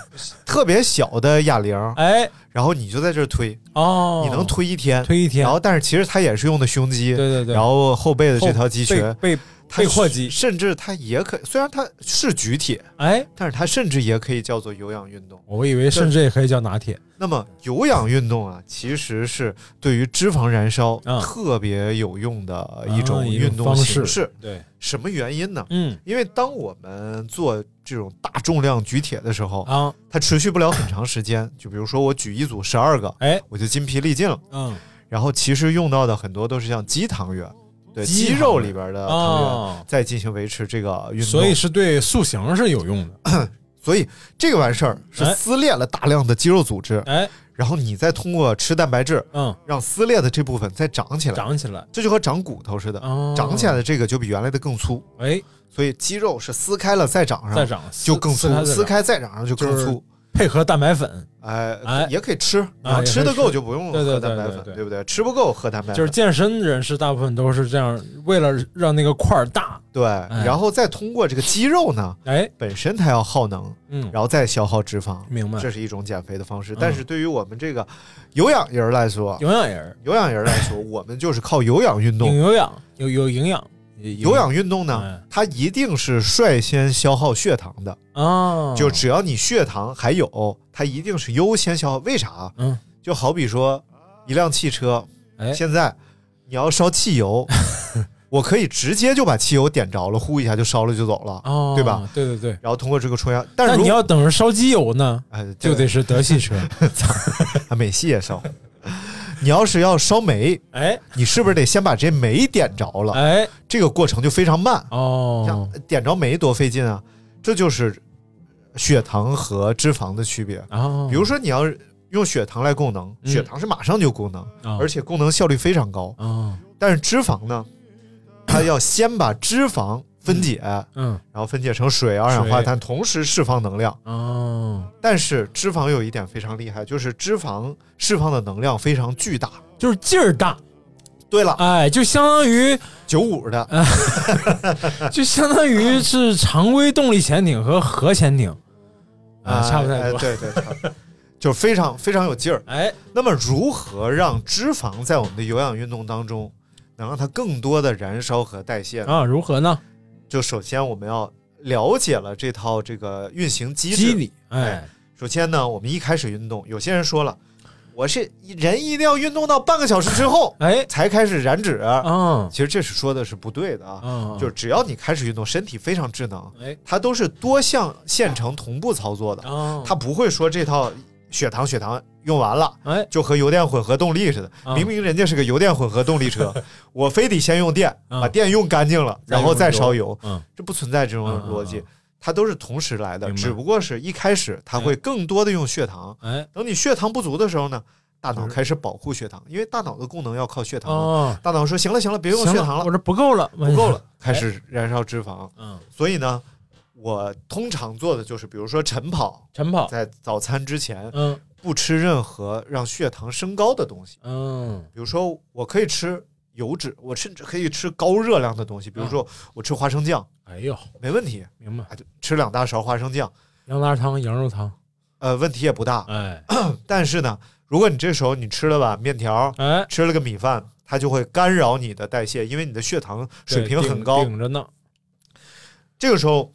S4: 特别小的哑铃，
S5: 哎
S4: 然后你就在这儿推，
S5: 哦，
S4: 你能推一天，
S5: 推一天
S4: 然后但是其实它也是用的胸肌，
S5: 对对对
S4: 然后后背的这条肌群，
S5: 被被
S4: 它
S5: 被扩
S4: 是
S5: 肌，
S4: 甚至它也可，虽然它是举铁，
S5: 哎，
S4: 但是它甚至也可以叫做有氧运动。
S5: 我以为甚至也可以叫拿铁，
S4: 那么有氧运动啊，其实是对于脂肪燃烧
S5: 嗯
S4: 特别有用的一
S5: 啊
S4: 种
S5: 一种
S4: 运动
S5: 方
S4: 形
S5: 式
S4: 式。
S5: 对，
S4: 什么原因呢？
S5: 嗯
S4: 因为当我们做这种大重量举铁的时候，
S5: 啊，
S4: 它持续不了很长时间。就比如说我举一组十二个，
S5: 哎，
S4: 我就筋疲力尽了。
S5: 嗯，
S4: 然后其实用到的很多都是像肌糖原，对
S5: 肌
S4: 肌
S5: 糖
S4: 肉
S5: 原
S4: 里边的糖原，
S5: 哦，
S4: 再进行维持这个运动。
S5: 所以，是对塑形是有用的，
S4: 嗯所以这个完事儿是
S5: 哎
S4: 撕裂了大量的肌肉组织，
S5: 哎，
S4: 然后你再通过吃蛋白质，
S5: 嗯，
S4: 让撕裂的这部分再长起来。
S5: 长起来，
S4: 这就和长骨头似的，
S5: 哦
S4: 长起来的这个就比原来的更粗，
S5: 哎，
S4: 所以肌肉是撕开了再长上，
S5: 再长
S4: 就更粗，
S5: 撕
S4: 撕
S5: 开
S4: 开再长上就更
S5: 就是
S4: 粗。
S5: 配合蛋白粉，
S4: 哎
S5: 哎
S4: 也可以吃
S5: 啊也可以
S4: 吃得够
S5: 吃
S4: 就不用
S5: 对对
S4: 喝
S5: 对
S4: 蛋白
S5: 对
S4: 粉，
S5: 对
S4: 对不对？吃不够喝蛋白粉，
S5: 就是健身人士大部分都是这样，为了让那个块儿大，
S4: 对。然后再通过这个肌肉呢，
S5: 哎，
S4: 本身它要耗能，
S5: 嗯，
S4: 然后再消耗脂肪，
S5: 明白
S4: 这是一种减肥的方式
S5: 嗯。
S4: 但是对于我们这个有氧人来说，
S5: 有氧人，
S4: 有氧人来说，我们就是靠有氧运
S5: 有
S4: 动。
S5: 有氧，有有营养，
S4: 有氧运动呢
S5: 哎，
S4: 它一定是率先消耗血糖的。
S5: 啊，
S4: 就只要你血糖还有，它一定是优先消耗。为啥？
S5: 嗯，
S4: 就好比说一辆汽车，
S5: 哎
S4: 现在你要烧汽 油，我可以直接就把汽油点着了，呼一下就烧了就走了，
S5: 哦，
S4: 对吧？？
S5: 对对对。
S4: 然后通过这个冲压，但
S5: 但
S4: 是
S5: 你
S4: 如
S5: 要等着烧机油呢，
S4: 哎，
S5: 就
S4: 对
S5: 得是德 系车。
S4: 啊美系也烧。你要是要烧煤，
S5: 哎
S4: 你是不是得先把这煤点着了？
S5: 哎
S4: 这个过程就非常慢，像
S5: 哦
S4: 点着煤多费劲啊！这就是血糖和脂肪的区别。
S5: 哦，
S4: 比如说你要用血糖来供能，
S5: 嗯
S4: 血糖是马上就供能，
S5: 啊
S4: 而且供能效率非常高。
S5: 啊
S4: 但是脂肪呢，它要先把脂肪分解，
S5: 嗯
S4: 然后分解成水、二氧化
S5: 水
S4: 碳，同时释放能量。
S5: 哦，
S4: 但是脂肪有一点非常厉害，就是脂肪释放的能量非常巨大。
S5: 就是劲儿大，
S4: 对了，
S5: 哎，就相 当于
S4: 九五的，
S5: 嗯就相当于是常规动力潜艇和核潜艇啊，差不太
S4: 哎
S5: 多。
S4: 对对，差不多就是非常非常有劲儿。
S5: 哎，
S4: 那么，如何让脂肪在我们的有氧运动当中，能让它更多的燃烧和代谢呢？
S5: 啊，如何呢？
S4: 就首先我们要了解了这套这个运行机制。
S5: 机理，哎，
S4: 首先呢，我们一开始运动，有些人说了，我是人一定要运动到半个小时之后
S5: 哎，
S4: 才开始燃脂，
S5: 啊
S4: 其实这是说的是不对的啊。
S5: 啊，
S4: 就是只要你开始运动，身体非常智能，
S5: 哎
S4: 它都是多项线程同步操作的，
S5: 啊，
S4: 它不会说这套血糖血糖用完了。
S5: 哎
S4: 就和油电混合动力似的，
S5: 啊
S4: 明明人家是个油电混合动力车， 我非得先用电，
S5: 啊
S4: 把电用干净了，然后再烧油，
S5: 嗯
S4: 这不存在这种逻
S5: 嗯
S4: 辑
S5: 嗯，
S4: 它都是同时来的，
S5: 明白
S4: 只不过是一开始它会更多的用血糖，
S5: 哎
S4: 等你血糖不足的时候呢，大
S5: 嗯
S4: 脑开始保护血糖，因为大脑的功能要靠血糖哎嘛。
S5: 哦，
S4: 大脑说行了行了，别用
S5: 行
S4: 血糖了
S5: 我，这哎不够了，不
S4: 不够了，，开 始燃烧脂肪。
S5: 嗯，
S4: 所以呢，我通常做的就是，比如说晨跑，
S5: 晨跑，
S4: 在早餐之前
S5: 嗯
S4: 不吃任何让血糖升高的东西，
S5: 嗯
S4: 比如说我可以吃油脂，我甚至可以吃高热量的东西，比
S5: 嗯
S4: 如说我吃花生酱，
S5: 哎呦，
S4: 没问题，
S5: 明白，
S4: 啊就吃两大勺花生酱，
S5: 羊杂汤、羊肉汤，
S4: 呃，问题也不大。
S5: 哎
S4: 但是呢，如果你这时候你吃了碗面条，
S5: 哎，
S4: 吃了个米饭，它就会干扰你的代谢，因为你的血糖水平
S5: 对
S4: 很
S5: 顶
S4: 高。
S5: 顶着呢，
S4: 这个时候，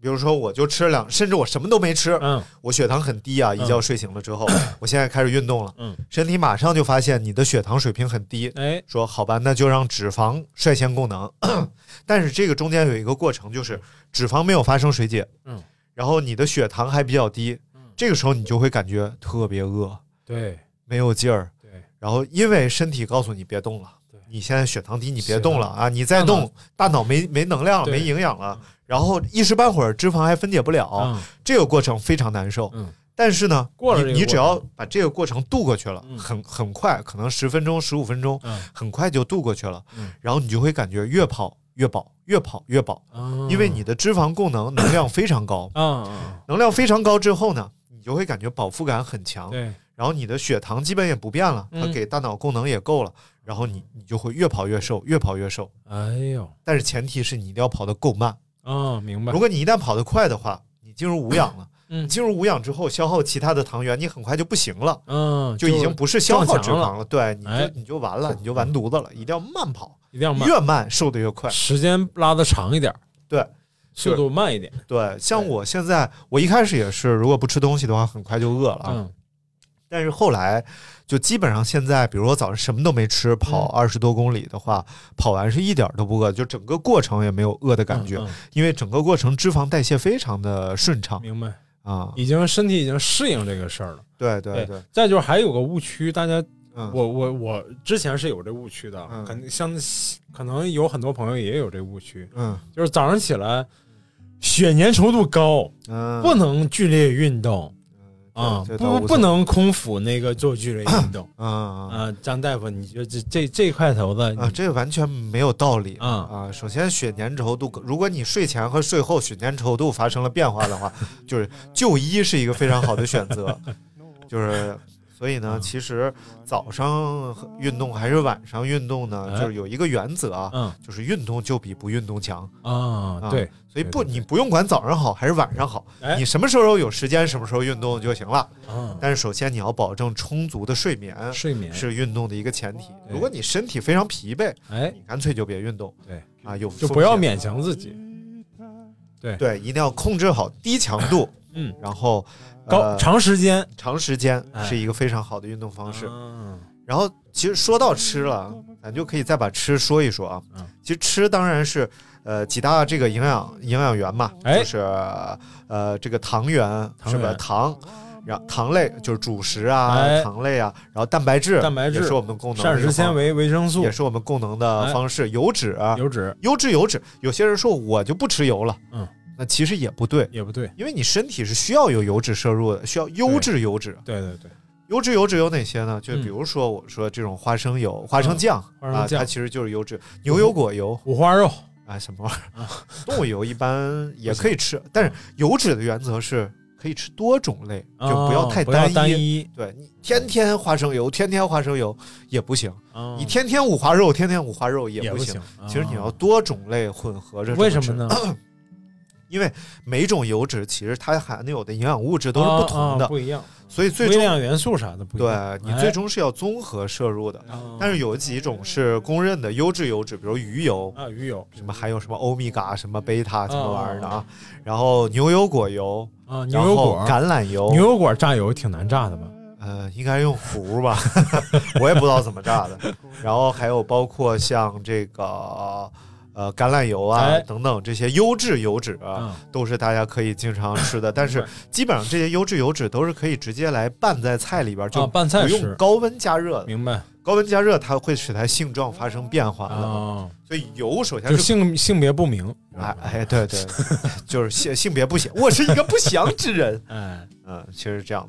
S4: 比如说我就吃两，甚至我什么都没吃，
S5: 嗯
S4: 我血糖很低啊，一觉睡醒了之 后，我现在开始运动了，
S5: 嗯，
S4: 身体马上就发现你的血糖水平很低，
S5: 哎，
S4: 说好吧，那就让脂肪率先供能。 但是这个中间有一个过程，就是脂肪没有发生水解，
S5: 嗯，
S4: 然后你的血糖还比较低，这个时候你就会感觉特别饿，
S5: 对
S4: 没有劲儿，
S5: 对，
S4: 然后因为身体告诉你别动了
S5: 对，
S4: 你现在血糖低，你
S5: 是
S4: 别
S5: 的
S4: 动了啊！你再动，大脑没没能量了，
S5: 对
S4: 没营养了，然后一时半会儿脂肪还分解不了，
S5: 嗯
S4: 这个过程非常难受。
S5: 嗯
S4: 但是呢，
S5: 过了这个
S4: 你你只
S5: 过
S4: 要
S5: 程
S4: 把这个过程度过去了，
S5: 嗯
S4: 很很快，可能十分钟、十五分钟，
S5: 嗯
S4: 很快就度过去了
S5: 嗯。
S4: 然后你就会感觉越跑越饱，越跑越饱，
S5: 嗯，
S4: 因为你的脂肪供能能量非常 高，
S5: 嗯，嗯
S4: 能量非常高之后呢，你就会感觉饱腹感很强
S5: 嗯，。对，
S4: 然后你的血糖基本也不变了，它
S5: 嗯
S4: 给大脑供能也够了，然后你你就会越跑越瘦，越跑越瘦。
S5: 哎呦，
S4: 但是前提是你一定要跑得够慢，
S5: 嗯，明白
S4: 如，果你一旦跑得快的话，你进入无氧了。
S5: 嗯
S4: 你进入无氧之后，消耗其他的糖原，你很快就不行了，
S5: 嗯，
S4: 就已经不是消耗
S5: 撞
S4: 脂
S5: 墙了
S4: 肪了，对，你就、
S5: 哎
S4: 你就完了，你就完犊子了，一定要慢跑，
S5: 一定要慢，
S4: 越慢瘦得越快。
S5: 时间拉的长一点，
S4: 对，
S5: 速度慢一点，
S4: 对，像我现在，我一开始也是，如果不吃东西的话，很快就饿了啊。
S5: 嗯
S4: 但是后来就基本上现在，比如说早上什么都没吃，跑
S5: 嗯
S4: 二十多公里的话，跑完是一点儿都不饿，就整个过程也没有饿的感觉，
S5: 嗯嗯
S4: 因为整个过程脂肪代谢非常的顺畅
S5: 明白，
S4: 啊。
S5: 已经身体已经适应这个事儿了。
S4: 对对对，
S5: 再就是还有个误区，大家
S4: 嗯，
S5: 我我我之前是有这误区的
S4: 嗯，
S5: 肯定像可能有很多朋友也有这误区，
S4: 嗯
S5: 就是早上起来血粘稠度高，
S4: 嗯，
S5: 不能剧烈运动啊
S4: 嗯，这这倒无
S5: 不
S4: 所
S5: 不能空腹那个做剧烈运动
S4: 嗯嗯
S5: 啊。张大夫，你觉得这这这块头子
S4: 啊，这个完全没有道理
S5: 嗯
S4: 啊！首先，血粘稠度，如果你睡前和睡后血粘稠度发生了变化的话， 就是就医是一个非常好的选择。就是，所以
S5: 嗯
S4: 呢，其实早上运动还是晚上运动呢，
S5: 哎
S4: 就是有一个原则啊，
S5: 嗯
S4: 就是运动就比不运动强。
S5: 啊，
S4: 啊
S5: 对，
S4: 所以不，
S5: 对对对
S4: 你不用管早上好还是晚上好，
S5: 哎
S4: 你什么时候有时间，什么时候运动就行了。
S5: 嗯，
S4: 但是首先你要保证充足的睡眠。
S5: 睡眠
S4: 是运动的一个前提。
S5: 对
S4: 如果你身体非常疲惫，
S5: 哎，
S4: 你干脆就别运动。
S5: 对
S4: 啊，有
S5: 就
S4: 风
S5: 不要
S4: 险
S5: 勉强自己，
S4: 对，一定要控制好低强度，
S5: 嗯，
S4: 然后
S5: 高
S4: 呃
S5: 长时间
S4: 长时间
S5: 哎
S4: 是一个非常好的运动方式。
S5: 嗯
S4: 然后其实说到吃了，啊咱就可以再把吃说一说啊。
S5: 嗯
S4: 其实吃当然是呃几大这个营养营养源嘛，
S5: 哎
S4: 就是呃这个糖源
S5: 糖
S4: 是吧？
S5: 源
S4: 糖。然后糖类就是主食啊，
S5: 哎
S4: 糖类啊，然后蛋白质，
S5: 蛋白质
S4: 也是我们供能的
S5: 膳
S4: 一个
S5: 食
S4: 方
S5: 纤维、维生素
S4: 也、是啊我们供能
S5: 哎
S4: 的方式。油脂、
S5: 油脂
S4: 优质油脂，有些人说我就不吃油了，
S5: 嗯，
S4: 那其实也不对，
S5: 也不对，
S4: 因为你身体是需要有油脂摄入的，需要优质油脂。
S5: 对对对，
S4: 优质油脂有哪些呢？就
S5: 嗯
S4: 比如说我说这种花生油、花生酱
S5: 花生
S4: 啊，
S5: 酱
S4: 它其实就是油脂。牛油果油
S5: 五花肉
S4: 啊，什么玩意
S5: 嗯
S4: 儿？动物油一般也可以吃，但是油脂的原则是。可以吃多种类，就不要
S5: 哦
S4: 太
S5: 不要单
S4: 一。
S5: 一，
S4: 对你天天花生油，天天花生油也不行；
S5: 哦
S4: 你天天五花肉，天天五花肉也
S5: 也
S4: 不行。
S5: 行。
S4: 其实你要
S5: 哦
S4: 多种类混合着，
S5: 为什么？呢？
S4: 因为每种油脂其实它含有的营养物质都是不同
S5: 啊
S4: 的，
S5: 啊不一样，
S4: 所以最
S5: 微
S4: 终
S5: 量元素啥的不一样。
S4: 对你最终是要综合摄入的。
S5: 哎，
S4: 但是有几种是公认的优质油脂，比如鱼油，
S5: 啊，鱼油
S4: 什么含有什么欧米伽、什么贝塔什么玩意儿的啊，然后牛油果油，
S5: 啊，哦牛
S4: 然
S5: 油
S4: 后
S5: 果，
S4: 橄榄油，
S5: 牛油果榨油挺难榨的吧？
S4: 呃，应该用壶吧， 我也不知道怎么榨的。然后还有包括像这个呃橄榄油啊、
S5: 哎
S4: 等等这些优质油脂啊、
S5: 嗯
S4: 都是大家可以经常吃 的。但是基本上这些优质油脂都是可以直接来拌在菜里边，就
S5: 啊，拌菜
S4: 不用
S5: 吃，
S4: 高温加热的。
S5: 明白？
S4: 高温加热它会使它性状发生变化的，
S5: 啊，
S4: 所以油首先
S5: 就是性性别不明，
S4: 哎哎，对 对，就是性性别不详，我是一个不详之人。
S5: 哎，
S4: 嗯，其实是这样，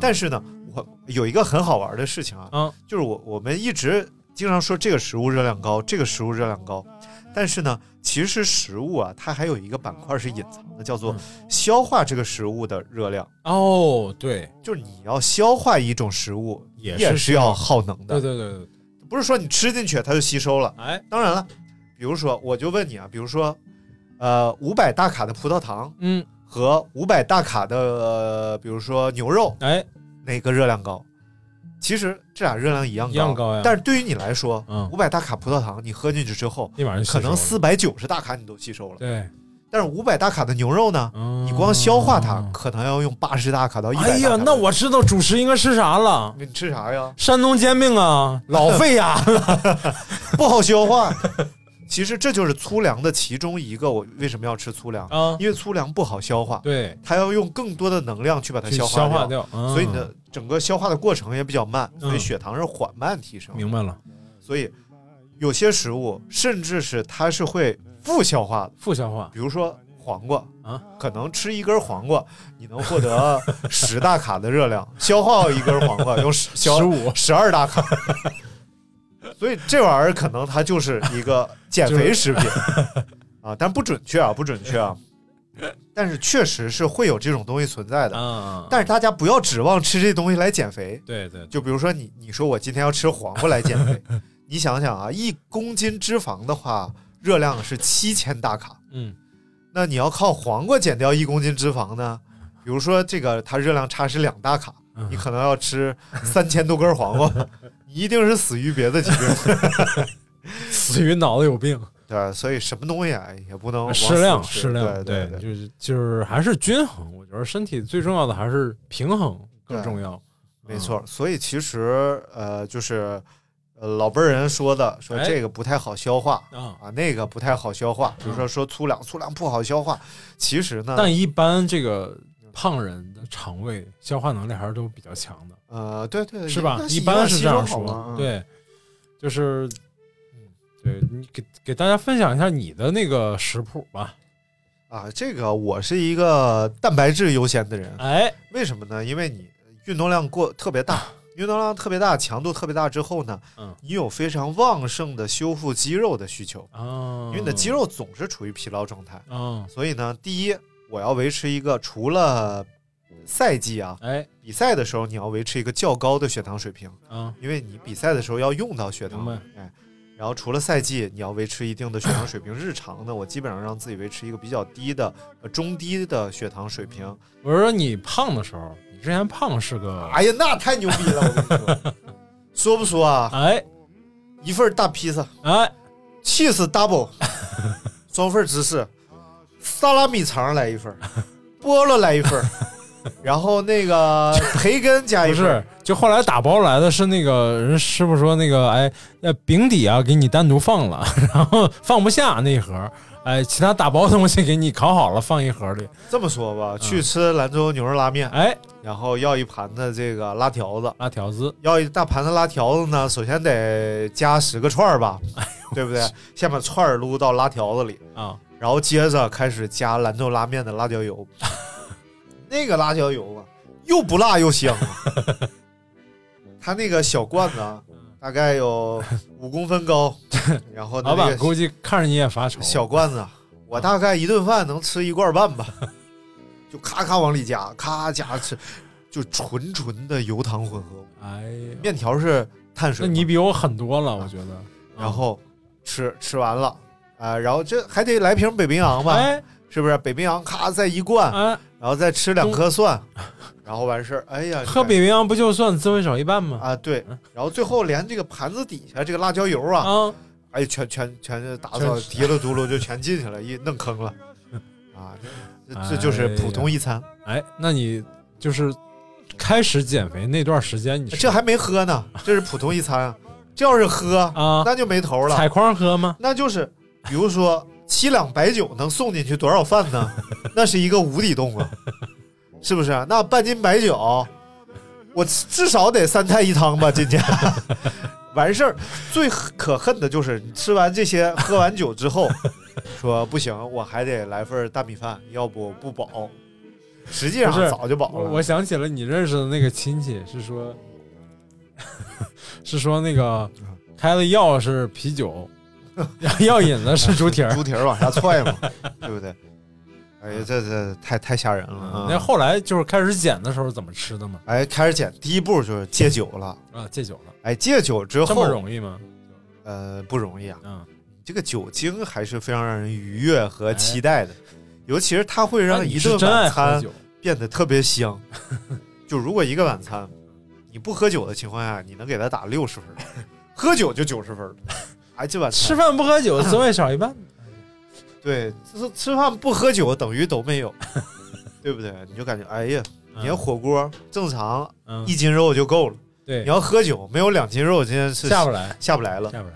S4: 但是呢，我有一个很好玩的事情啊，
S5: 嗯
S4: 就是我我们一直经常说这个食物热量高，这个食物热量高，但是呢，其实食物啊，它还有一个板块是隐藏的，叫做
S5: 嗯
S4: 消化这个食物的热量。
S5: 哦，对，
S4: 就是你要消化一种食物，
S5: 也
S4: 也
S5: 是
S4: 是要耗能的，
S5: 对对对对，
S4: 不是说你吃进去它就吸收了。
S5: 哎，
S4: 当然了，比如说，我就问你啊，比如说，呃，五百大卡的葡萄糖
S5: 嗯，
S4: 和五百大卡的、呃比如说牛肉，
S5: 哎，
S4: 哪个热量高？其实这俩热量一样高，
S5: 一样高呀
S4: 但是对于你来说，
S5: 嗯
S4: 五百大卡葡萄糖你喝进去之后，
S5: 立马就吸收
S4: 可
S5: 了
S4: 能四百九十大卡你都吸收了，
S5: 对，
S4: 但是五百大卡的牛肉呢，
S5: 嗯
S4: 你光消化它可能要用八十大卡到一百。
S5: 哎呀，那我知道主食应该吃啥了，
S4: 你吃啥呀？
S5: 山东煎饼啊，老费牙 了，
S4: 不好消化。 其实这就是粗粮的其中一个。我为什么要吃粗粮？
S5: 啊
S4: 因为粗粮不好消化，
S5: 对，
S4: 它要用更多的能量去把它
S5: 去
S4: 消
S5: 消
S4: 化
S5: 化掉，嗯
S4: 所以你的整个消化的过程也比较慢，所以
S5: 嗯
S4: 血糖是缓慢提升。
S5: 明白了，
S4: 所以有些食物甚至是它是会负消化的，
S5: 负消化
S4: 比如说黄瓜
S5: 啊，
S4: 可能吃一根黄瓜，你能获得 十大卡的热量，消化一根黄 瓜用十消
S5: 15
S4: 十二大 卡，所以这玩意儿可能它就是一 个减肥食品啊，但不准确啊，不准确啊，但是确实是会有这种东西存在的，
S5: 啊，
S4: 但是大家不要指望吃这东西来减肥，
S5: 对对，
S4: 就比如说你，你说我今天要吃黄瓜来减 肥，你想想啊，一公斤脂肪的话，热量是七千大卡，
S5: 嗯，
S4: 那你要靠黄瓜减掉一公斤脂肪呢？比如说这个它热量差是两大卡，
S5: 嗯
S4: 你可能要吃三千多根黄瓜，你一定是死于别的疾病。
S5: 死于脑子有病，
S4: 对，所以什么东西啊也不能往死
S5: 适量
S4: 吃
S5: 适量，
S4: 对对，
S5: 就是就是还是均衡，我觉得身体最重要的还是平衡更
S4: 对
S5: 重要，
S4: 没
S5: 嗯
S4: 错。所以其实呃，就是呃老辈儿人说的，说
S5: 哎
S4: 这个不太好消化，
S5: 啊。
S4: 啊，那个不太好消化，比如说说粗粮，粗粮不好消化。其实呢，
S5: 嗯但一般这个胖人的肠胃消化能力还是都比较强的，
S4: 呃，对对，
S5: 是吧
S4: 那？
S5: 一般是这样
S4: 吸收好嗯
S5: 说
S4: 嘛，，
S5: 对，就是，对你给给大家分享一下你的那个食谱吧。
S4: 啊，这个我是一个蛋白质优先的人，
S5: 哎，
S4: 为什么呢？因为你运动量过特别 大，运动量特别大，强度特别大之后呢，
S5: 嗯
S4: 你有非常旺盛的修复肌肉的需求，
S5: 啊，
S4: 因为你的肌肉总是处于疲劳状态，
S5: 啊，
S4: 所以呢，第一，我要维持一个除了赛季啊，
S5: 哎，
S4: 比赛的时候你要维持一个较高的血糖水平。
S5: 啊，
S4: 因为你比赛的时候要用到血糖
S5: 明
S4: 嘛，哎，然后除了赛季，你要维持一定的血糖水平，日常呢，我基本上让自己维持一个比较低的、呃中低的血糖水平。
S5: 我说你胖的时候，你之前胖是个，
S4: 哎呀，那太牛逼了！我跟你说，说不说啊？
S5: 哎
S4: 一份大披萨
S5: 哎，
S4: ，cheese double，双份芝士，萨拉米肠来一份，菠萝来一份，然后那个培根加一
S5: 不
S4: 份
S5: 是，，就后来打包来的是那个人师傅说那个，哎，那饼底啊给你单独放了， 然后放不下那一盒，哎，其他打包的东西给你烤好了放一盒里，
S4: 这么说吧，去吃兰州牛肉拉面，
S5: 哎，
S4: 然后要一盘子这个拉条子。
S5: 拉条子，
S4: 要一大盘子拉条子呢，首先得加十个串儿吧，
S5: 哎
S4: 对不对？先把串儿撸到拉条子里，
S5: 啊，
S4: 然后接着开始加兰州拉面的辣椒 油，那个辣椒油啊，又不辣又香 啊。它那个小罐子啊，大概有五公分高，然后呢
S5: 老板
S4: 那
S5: 估
S4: 个
S5: 计看着你也发愁。
S4: 小罐子啊，我大概一顿饭能吃一罐半 吧，就咔咔往里加，咔加吃，就纯纯的油糖混合物。
S5: 哎呀，
S4: 面条是碳水
S5: 那
S4: 嘛，
S5: 你比我狠多了，我觉得。
S4: 然后吃吃完了啊、然后这还得来瓶北冰洋吧，啊
S5: 哎
S4: 是不是？北冰洋咔再一灌，
S5: 哎，
S4: 然后再吃两颗蒜， 然后完事儿。哎呀，
S5: 喝
S4: 北
S5: 北冰嗯洋不就算滋味少一半吗？
S4: 啊对，然后最后连这个盘子底下这个辣椒油啊，
S5: 啊，
S4: 哎全全全是打扫
S5: 全
S4: 提了嘟噜就全进去了，一弄坑了
S5: 嗯
S4: 啊，这这这就是普通一餐。
S5: 哎，那你就是开始减肥那段时间，你是
S4: 这还没喝呢，这是普通一餐啊。这要是喝，
S5: 啊
S4: 那就没头了。
S5: 采框喝吗？
S4: 那就是，比如说七两白酒能送进去多少饭呢？那是一个无底洞啊，是不是啊？那半斤白酒，我至少得三菜一汤吧，今天。 完事儿，最可恨的就是你吃完这些，喝完酒之后，说不行，我还得来份大米饭，要不不饱。实际上
S5: 不是
S4: 早就饱
S5: 我
S4: 了。
S5: 我想起了你认识的那个亲戚，是说， 是说那个
S4: 嗯
S5: 开的药是啤酒， 药引子是猪蹄 儿。
S4: 猪蹄儿往下踹嘛，对不对？哎呀，这这太太吓人了
S5: 嗯那
S4: 啊！
S5: 后来就是开始减的时候怎么吃的嘛？
S4: 哎，开始减，第一步就是戒酒了。
S5: 啊，戒酒了，
S4: 哎，戒酒之
S5: 这么
S4: 后，
S5: 容易吗？
S4: 呃，不容易啊。
S5: 嗯，哎
S4: 这个酒精还是非常让人愉悦和期待的，尤其是它会让
S5: 啊那你
S4: 一
S5: 是
S4: 顿
S5: 真爱
S4: 晚
S5: 喝
S4: 餐
S5: 酒，
S4: 变得特别香。 就如果一个晚餐你不喝酒的情况下，你能给它打六十分儿，喝酒就九十分儿。哎，这晚
S5: 吃
S4: 餐
S5: 饭不 喝酒，滋味少一半。
S4: 对吃吃饭不喝酒等于都没有，对不对？你就感觉哎呀，你要
S5: 嗯
S4: 火锅正常
S5: 嗯
S4: 一，斤肉就够了，
S5: 对
S4: 你，要喝酒没有两斤肉，今天是
S5: 下不来，
S4: 下不来了。
S5: 下不来。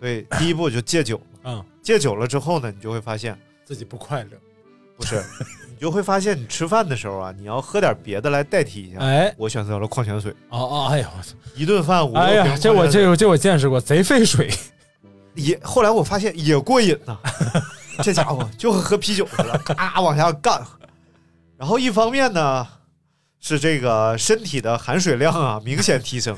S4: 所以第一步就戒酒了。
S5: 嗯，
S4: 戒酒了之后呢，你就会发 现
S5: 自己不快乐。
S4: 不是，你就会发现你吃饭的时候啊，你要喝点别的来代替一下。
S5: 哎，
S4: 我选择了矿泉水，
S5: 哦哦，哎呀，我操！
S4: 一顿饭五六
S5: 哎
S4: 瓶矿
S5: 呀，
S4: 泉
S5: 这
S4: 水。
S5: 我这我这我见识过，贼费水。
S4: 也后来我发现也过瘾呐、 这家伙就喝啤酒去了， 咔往下干。然后一方面呢，是这个身体的含水量 啊明显提升，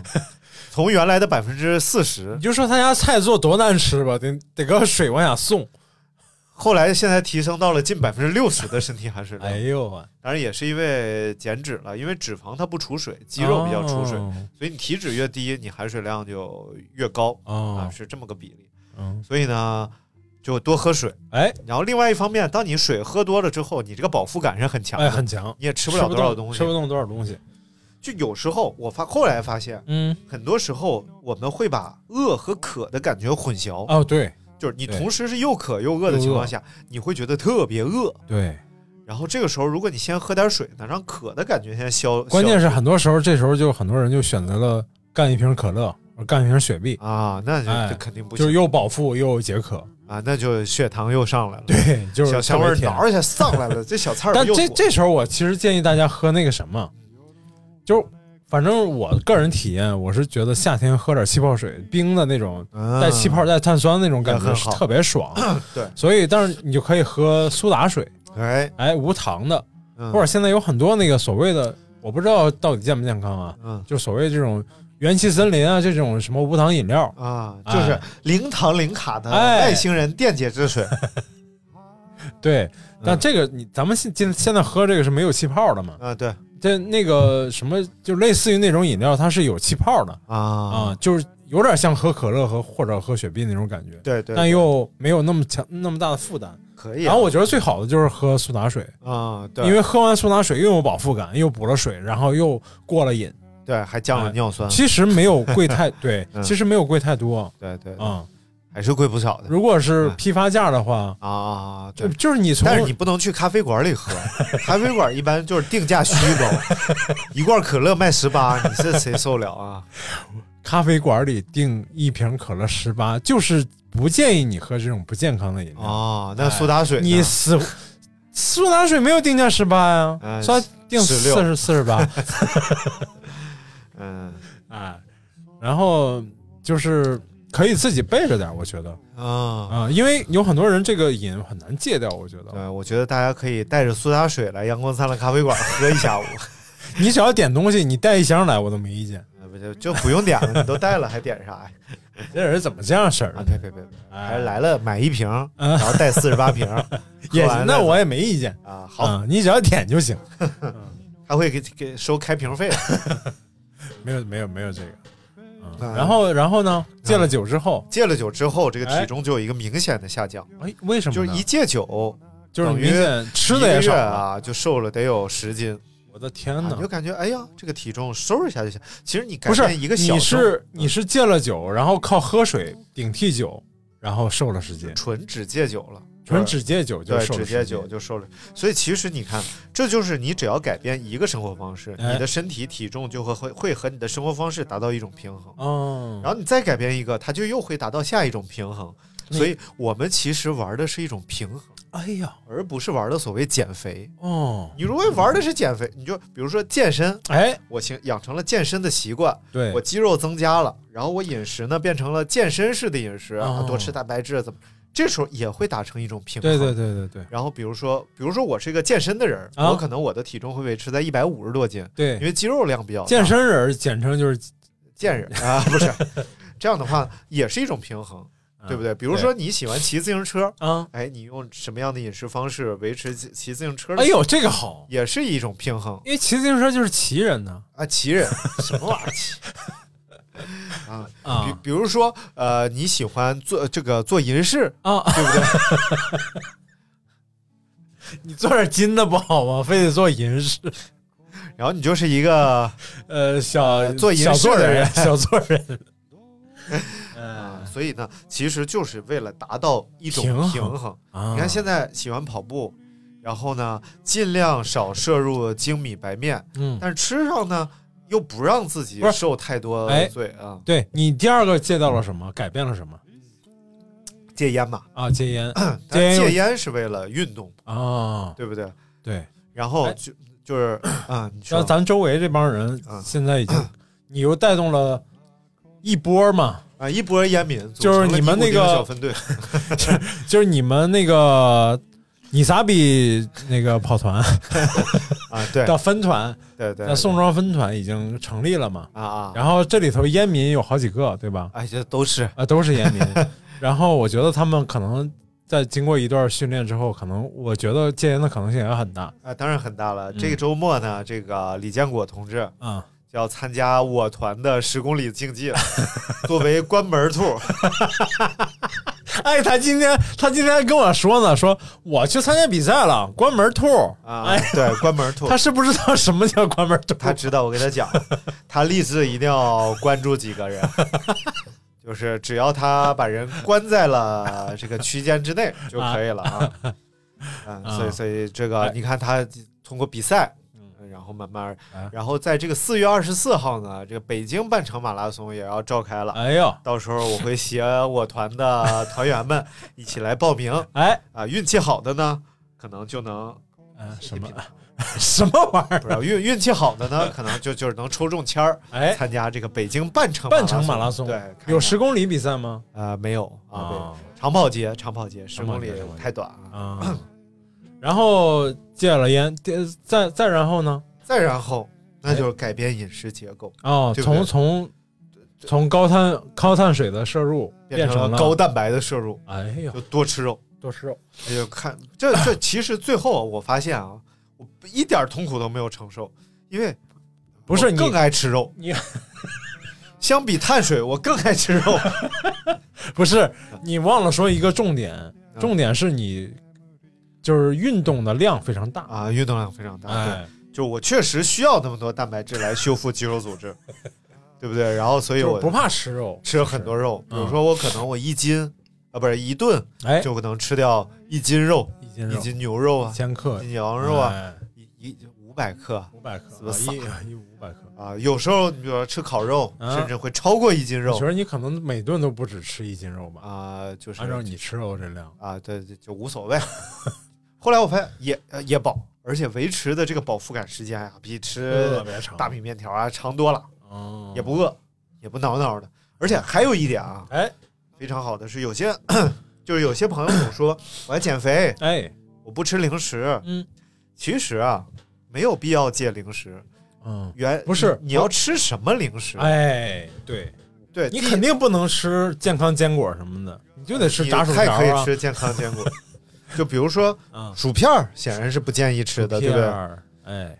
S4: 从原来的百分之四十
S5: 你，就说他家菜做多难吃吧，得得搁水往下送。
S4: 后来现在提升到了近百分之六十的身体含水量。
S5: 哎呦啊，
S4: 当然也是因为减脂了，因为脂肪它不储水，肌肉比较储水，
S5: 哦
S4: 所以你体脂越低，你含水量就越高、啊，
S5: 哦，
S4: 是这么个比例。
S5: 嗯，
S4: 所以呢，就多喝水。
S5: 哎
S4: 然后另外一方面，当你水喝多了之后，你这个饱腹感是很强的，
S5: 哎，很强，
S4: 你也吃
S5: 吃
S4: 不了多少
S5: 动
S4: 东西
S5: 吃。不动多少东西。
S4: 就有时候我发后来发现，
S5: 嗯，
S4: 很多时候我们会把饿和渴的感觉混淆，
S5: 哦，对
S4: 就是你
S5: 对嗯
S4: 同时是又渴又饿的情况下，你会觉得特别饿。
S5: 对，
S4: 然后这个时候，如果你先喝点水呢，让渴的感觉先消。
S5: 关键
S4: 消
S5: 是很多时候，这时候就很多人就选择了干一瓶可乐，或者干一瓶雪碧，
S4: 啊，那就、
S5: 哎
S4: 这肯定不行，
S5: 就是又饱腹又解渴。
S4: 啊，那就血糖又上来了，
S5: 对，就是
S4: 小
S5: 特
S4: 香
S5: 别
S4: 味儿
S5: 甜
S4: 挠一下上来了，这小菜儿
S5: 但
S4: 又
S5: 这
S4: 火
S5: 这时候，我其实建议大家喝那个什么，就是反正我个人体验，我是觉得夏天喝点气泡水，冰的那种，
S4: 嗯
S5: 带气泡、带碳酸那种感
S4: 也
S5: 觉
S4: 很
S5: 是
S4: 好
S5: 特别爽。
S4: 对
S5: 所以但是你就可以喝苏打水，
S4: 哎，
S5: 哎，无糖的，
S4: 嗯
S5: 或者现在有很多那个所谓的，我不知道到底健不健康啊，
S4: 嗯
S5: 就所谓这种元气森林啊这种什么无糖饮料，
S4: 啊，就是
S5: 哎
S4: 零糖零卡的
S5: 哎
S4: 外星人电解质水，嗯
S5: 对。但这个你咱们现今现在喝这个是没有气泡的嘛？
S4: 啊，对
S5: 这那个什么就类似于那种饮料，它是有气泡的。啊
S4: 啊，，
S5: 就是有点像喝可乐和或者喝雪碧那种感觉，
S4: 对对，
S5: 但又没有那么强那么大的负担。
S4: 可以啊。
S5: 然后我觉得最好的就是喝苏打水，
S4: 啊，对，
S5: 因为喝完苏打水又有饱腹感，又补了水，然后又过了瘾。
S4: 对还降了尿酸，
S5: 哎其实没有 贵太对，
S4: 嗯
S5: 其实没有贵太多
S4: 对对，对
S5: 啊、
S4: 还是贵不少的
S5: 如果是批发价的话，
S4: 啊，
S5: 就
S4: 对。
S5: 就是你从
S4: 但是你不能去咖啡馆里喝， 咖啡馆一般就是定价虚高，一罐可乐卖十八，你这谁受了 啊？
S5: 哎咖啡馆里订一瓶可乐十八，就是不建议你喝这种不健康的饮料。
S4: 哦，那苏打水呢，
S5: 你死苏打水没有定价十八呀，
S4: 哎
S5: 说定四
S4: 16
S5: 十四十八
S4: 嗯
S5: 啊，然后就是可以自己备着点儿，我觉得
S4: 啊，
S5: 啊、因为有很多人这个瘾很难戒掉，我觉得
S4: 对，我觉得大家可以带着苏打水来阳光灿烂咖啡馆喝一下午，
S5: 你只要点东西，你带一箱来我都没意见。
S4: 呃不就就不用点了，你都带了还点 啥呀？
S5: 这人怎么这样式儿
S4: 啊，
S5: 呢？
S4: 别别别，
S5: 哎
S4: 还是来了买一 瓶，然后带四十八瓶，
S5: 也
S4: 喝完
S5: 那
S4: 了
S5: 我也没意见。
S4: 啊好，
S5: 啊，你只要点就行，
S4: 他会给给收开瓶费的。
S5: 没有没有没有这个。嗯
S4: 哎
S5: 然后然后呢？戒了酒之后，
S4: 戒了酒之后，这个
S5: 哎
S4: 体重就有一个明显的下降，
S5: 哎，为什
S4: 嗯就
S5: 么
S4: 是
S5: 呢？
S4: 一戒酒，
S5: 就是
S4: 等于
S5: 明显吃的也
S4: 一个
S5: 少
S4: 月
S5: 了。
S4: 啊，就瘦了得有十斤，
S5: 我的天
S4: 啊
S5: 哪！
S4: 你就感觉哎呀，这个体重收拾一下就行。其实你改
S5: 不是
S4: 变一个小
S5: 你
S4: 重
S5: 是你是戒了酒，然后靠喝水顶替酒，然后瘦了十斤，
S4: 纯只戒酒了，
S5: 纯只戒酒就
S4: 对，
S5: 瘦了
S4: 只
S5: 十
S4: 戒
S5: 斤。
S4: 酒就瘦了。所以其实你看，这就是你只要改变一个生活方式，
S5: 哎
S4: 你的身体体重就会会会和你的生活方式达到一种平衡。
S5: 嗯，
S4: 然后你再改变一个，它就又会达到下一种平衡。
S5: 那
S4: 所以我们其实玩的是一种平衡，
S5: 哎呀，
S4: 而不是玩的所谓减肥。
S5: 哦，
S4: 你如果玩的是减肥，你就比如说健身，
S5: 哎，
S4: 我形养成了健身的习惯，
S5: 对
S4: 我，肌肉增加了，然后我饮食呢变成了健身式的饮食，啊
S5: 哦
S4: 多吃蛋白质怎么？这时候也会达成一种平衡。
S5: 对对对对对
S4: 然后比如说，比如说我是一个健身的人，
S5: 啊
S4: 我可能我的体重会维持在一百五十多斤，因
S5: 对，
S4: 为肌肉量比较大
S5: 健身人儿简称就是，
S4: 健人啊，不是这样的话也是一种平衡，
S5: 嗯
S4: 对不对？比如说你喜欢骑自行车，
S5: 啊，
S4: 哎，你用什么样的饮食方式维持骑骑自行车？
S5: 哎，呦，这个好，
S4: 也是一种平衡
S5: 因为骑自行车就是骑人呢
S4: 啊！骑人什么玩意儿骑？啊，
S5: 啊
S4: 比比如说，呃，你喜欢做这个做银饰，
S5: 啊，
S4: 对不对？
S5: 你做点金的不好吗？非得做银饰，
S4: 然后你就是一个
S5: 呃，小
S4: 做银饰
S5: 小做
S4: 的
S5: 人，
S4: 人
S5: 小做人，
S4: 啊，
S5: 嗯
S4: 所以呢，其实就是为了达到一种
S5: 平
S4: 平
S5: 衡
S4: 衡。
S5: 啊
S4: 你看现在喜欢跑步，然后呢，尽量少摄入精米白面，
S5: 嗯，
S4: 但是吃上呢又不让自己
S5: 不是
S4: 受太多
S5: 哎
S4: 罪啊，
S5: 对你第二个戒到了什么？改变了什么？
S4: 戒烟嘛。
S5: 啊，戒烟
S4: 但
S5: 烟
S4: 是
S5: 又
S4: 戒烟是为了运动，
S5: 啊，
S4: 对不对？
S5: 对，
S4: 然
S5: 哎
S4: 后就就是啊，你
S5: 像
S4: 说
S5: 咱周围这帮人
S4: 啊
S5: 现在已经， 你又带动了一 波嘛，
S4: 啊，一波烟民组
S5: 就是
S4: 成了
S5: 你们
S4: 尼古
S5: 那
S4: 丁
S5: 个
S4: 小分 队，
S5: 就是你们那个你咋比那个跑团
S4: 啊，对
S5: 的分团，
S4: 对对，
S5: 那宋庄分团已经成立了嘛？
S4: 啊啊，
S5: 然后这里头烟民有好几个，对吧？
S4: 哎，这都是
S5: 啊，都是 烟民。然后我觉得他们可能在经过一段训练之后，可能我觉得戒烟的可能性也很大。
S4: 啊，当然很大了。
S5: 嗯
S4: 这个周末呢，这个李建国同志
S5: 啊、
S4: 就要参加我团的十公里竞 技了，作为关门兔，
S5: 哎，他今天他今天还跟我说呢，说我去参加比赛了，关门兔。
S4: 啊
S5: 哎，，
S4: 对，关门兔
S5: 他。是不知道什么叫关门兔。
S4: 他知道，我给他 讲，他立志一定要关注几个人，就是只要他把人关在了这个区间 之内就可以了啊。
S5: 啊
S4: 嗯，所以所以这个你看他通过比赛。然后慢慢
S5: 嗯哎，
S4: 然后在这个四月二十四号呢，这个北京半程马拉松也要召开了。
S5: 哎呦，
S4: 到时候我会携我团的团员们一起来报 名
S5: 哎，
S4: 啊，运气好的呢，可能就能
S5: 呃、什么 什么玩意儿？
S4: 不知道运运气好的呢，可能就就是能抽中签儿
S5: 哎，
S4: 参加这个北京半程
S5: 半程马拉松
S4: 对，看看
S5: 有十公里比赛吗？
S4: 呃没有啊
S5: 啊，
S4: 对长跑节长跑节十
S5: 长跑
S4: 公
S5: 节
S4: 里
S5: 长跑节
S4: 太短了。
S5: 啊，然后戒了烟，第再再然后呢？
S4: 再然后，那就是改变饮食结构，
S5: 哦，
S4: 对不
S5: 从
S4: 对
S5: 从从高碳高碳水的摄入哎变
S4: 变成
S5: 了
S4: 了高，蛋白的摄入，
S5: 哎呦，
S4: 就多吃肉。
S5: 多吃肉
S4: 哎呦，看这这其实最后我发现啊，我一点儿痛苦都没有承受，因为
S5: 不是
S4: 我
S5: 你
S4: 更爱吃肉，
S5: 你
S4: 相比碳水，我更爱吃肉。
S5: 不是你忘了说一个重点，
S4: 嗯
S5: 重点是你就是运动的量非常大，
S4: 啊，运动量非常大，
S5: 哎，
S4: 对，就我确实需要那么多蛋白质来修复肌肉组织，对不对？然后所以
S5: 就
S4: 我
S5: 是不怕吃肉，
S4: 吃了很多肉，比
S5: 嗯
S4: 如说我可能我一斤啊，不是一顿
S5: 哎，
S4: 就能吃掉一斤肉、
S5: 一斤
S4: 一
S5: 肉
S4: 斤牛肉啊、
S5: 千克
S4: 一斤羊肉啊，
S5: 哎
S4: 一一五百克。
S5: 五百克
S4: 怎么
S5: 啊
S4: 撒
S5: 一一五百克。
S4: 啊，有时候你比如说吃烤肉，
S5: 啊
S4: 甚至会超过一斤
S5: 我
S4: 肉
S5: 觉得你可能每顿都不止吃一斤肉吧，
S4: 啊，就是
S5: 按照你吃肉这量，
S4: 啊，对，对就无所谓。 后来我发现也呃也饱，而且维持的这个饱腹感时间呀、比
S5: 特
S4: 吃
S5: 别长，
S4: 大米面条啊长多了，
S5: 哦
S4: 也不饿，也不挠挠的。而且还有一点啊，
S5: 哎
S4: 非常好的是，有些就是有些朋友总说我要减肥，
S5: 哎
S4: 我不吃零食。
S5: 嗯
S4: 其实啊，没有必要戒零食。
S5: 嗯
S4: 原
S5: 不是
S4: 你你要吃什么零食？
S5: 哎，对
S4: 对，
S5: 你
S4: 第一
S5: 肯定不能吃健康坚果什么的，你就得吃
S4: 你
S5: 炸薯条
S4: 太可以
S5: 啊，
S4: 吃健康坚果， 就比如说
S5: 嗯，
S4: 薯片儿，显然是不建议吃的，对不对？
S5: 对？哎，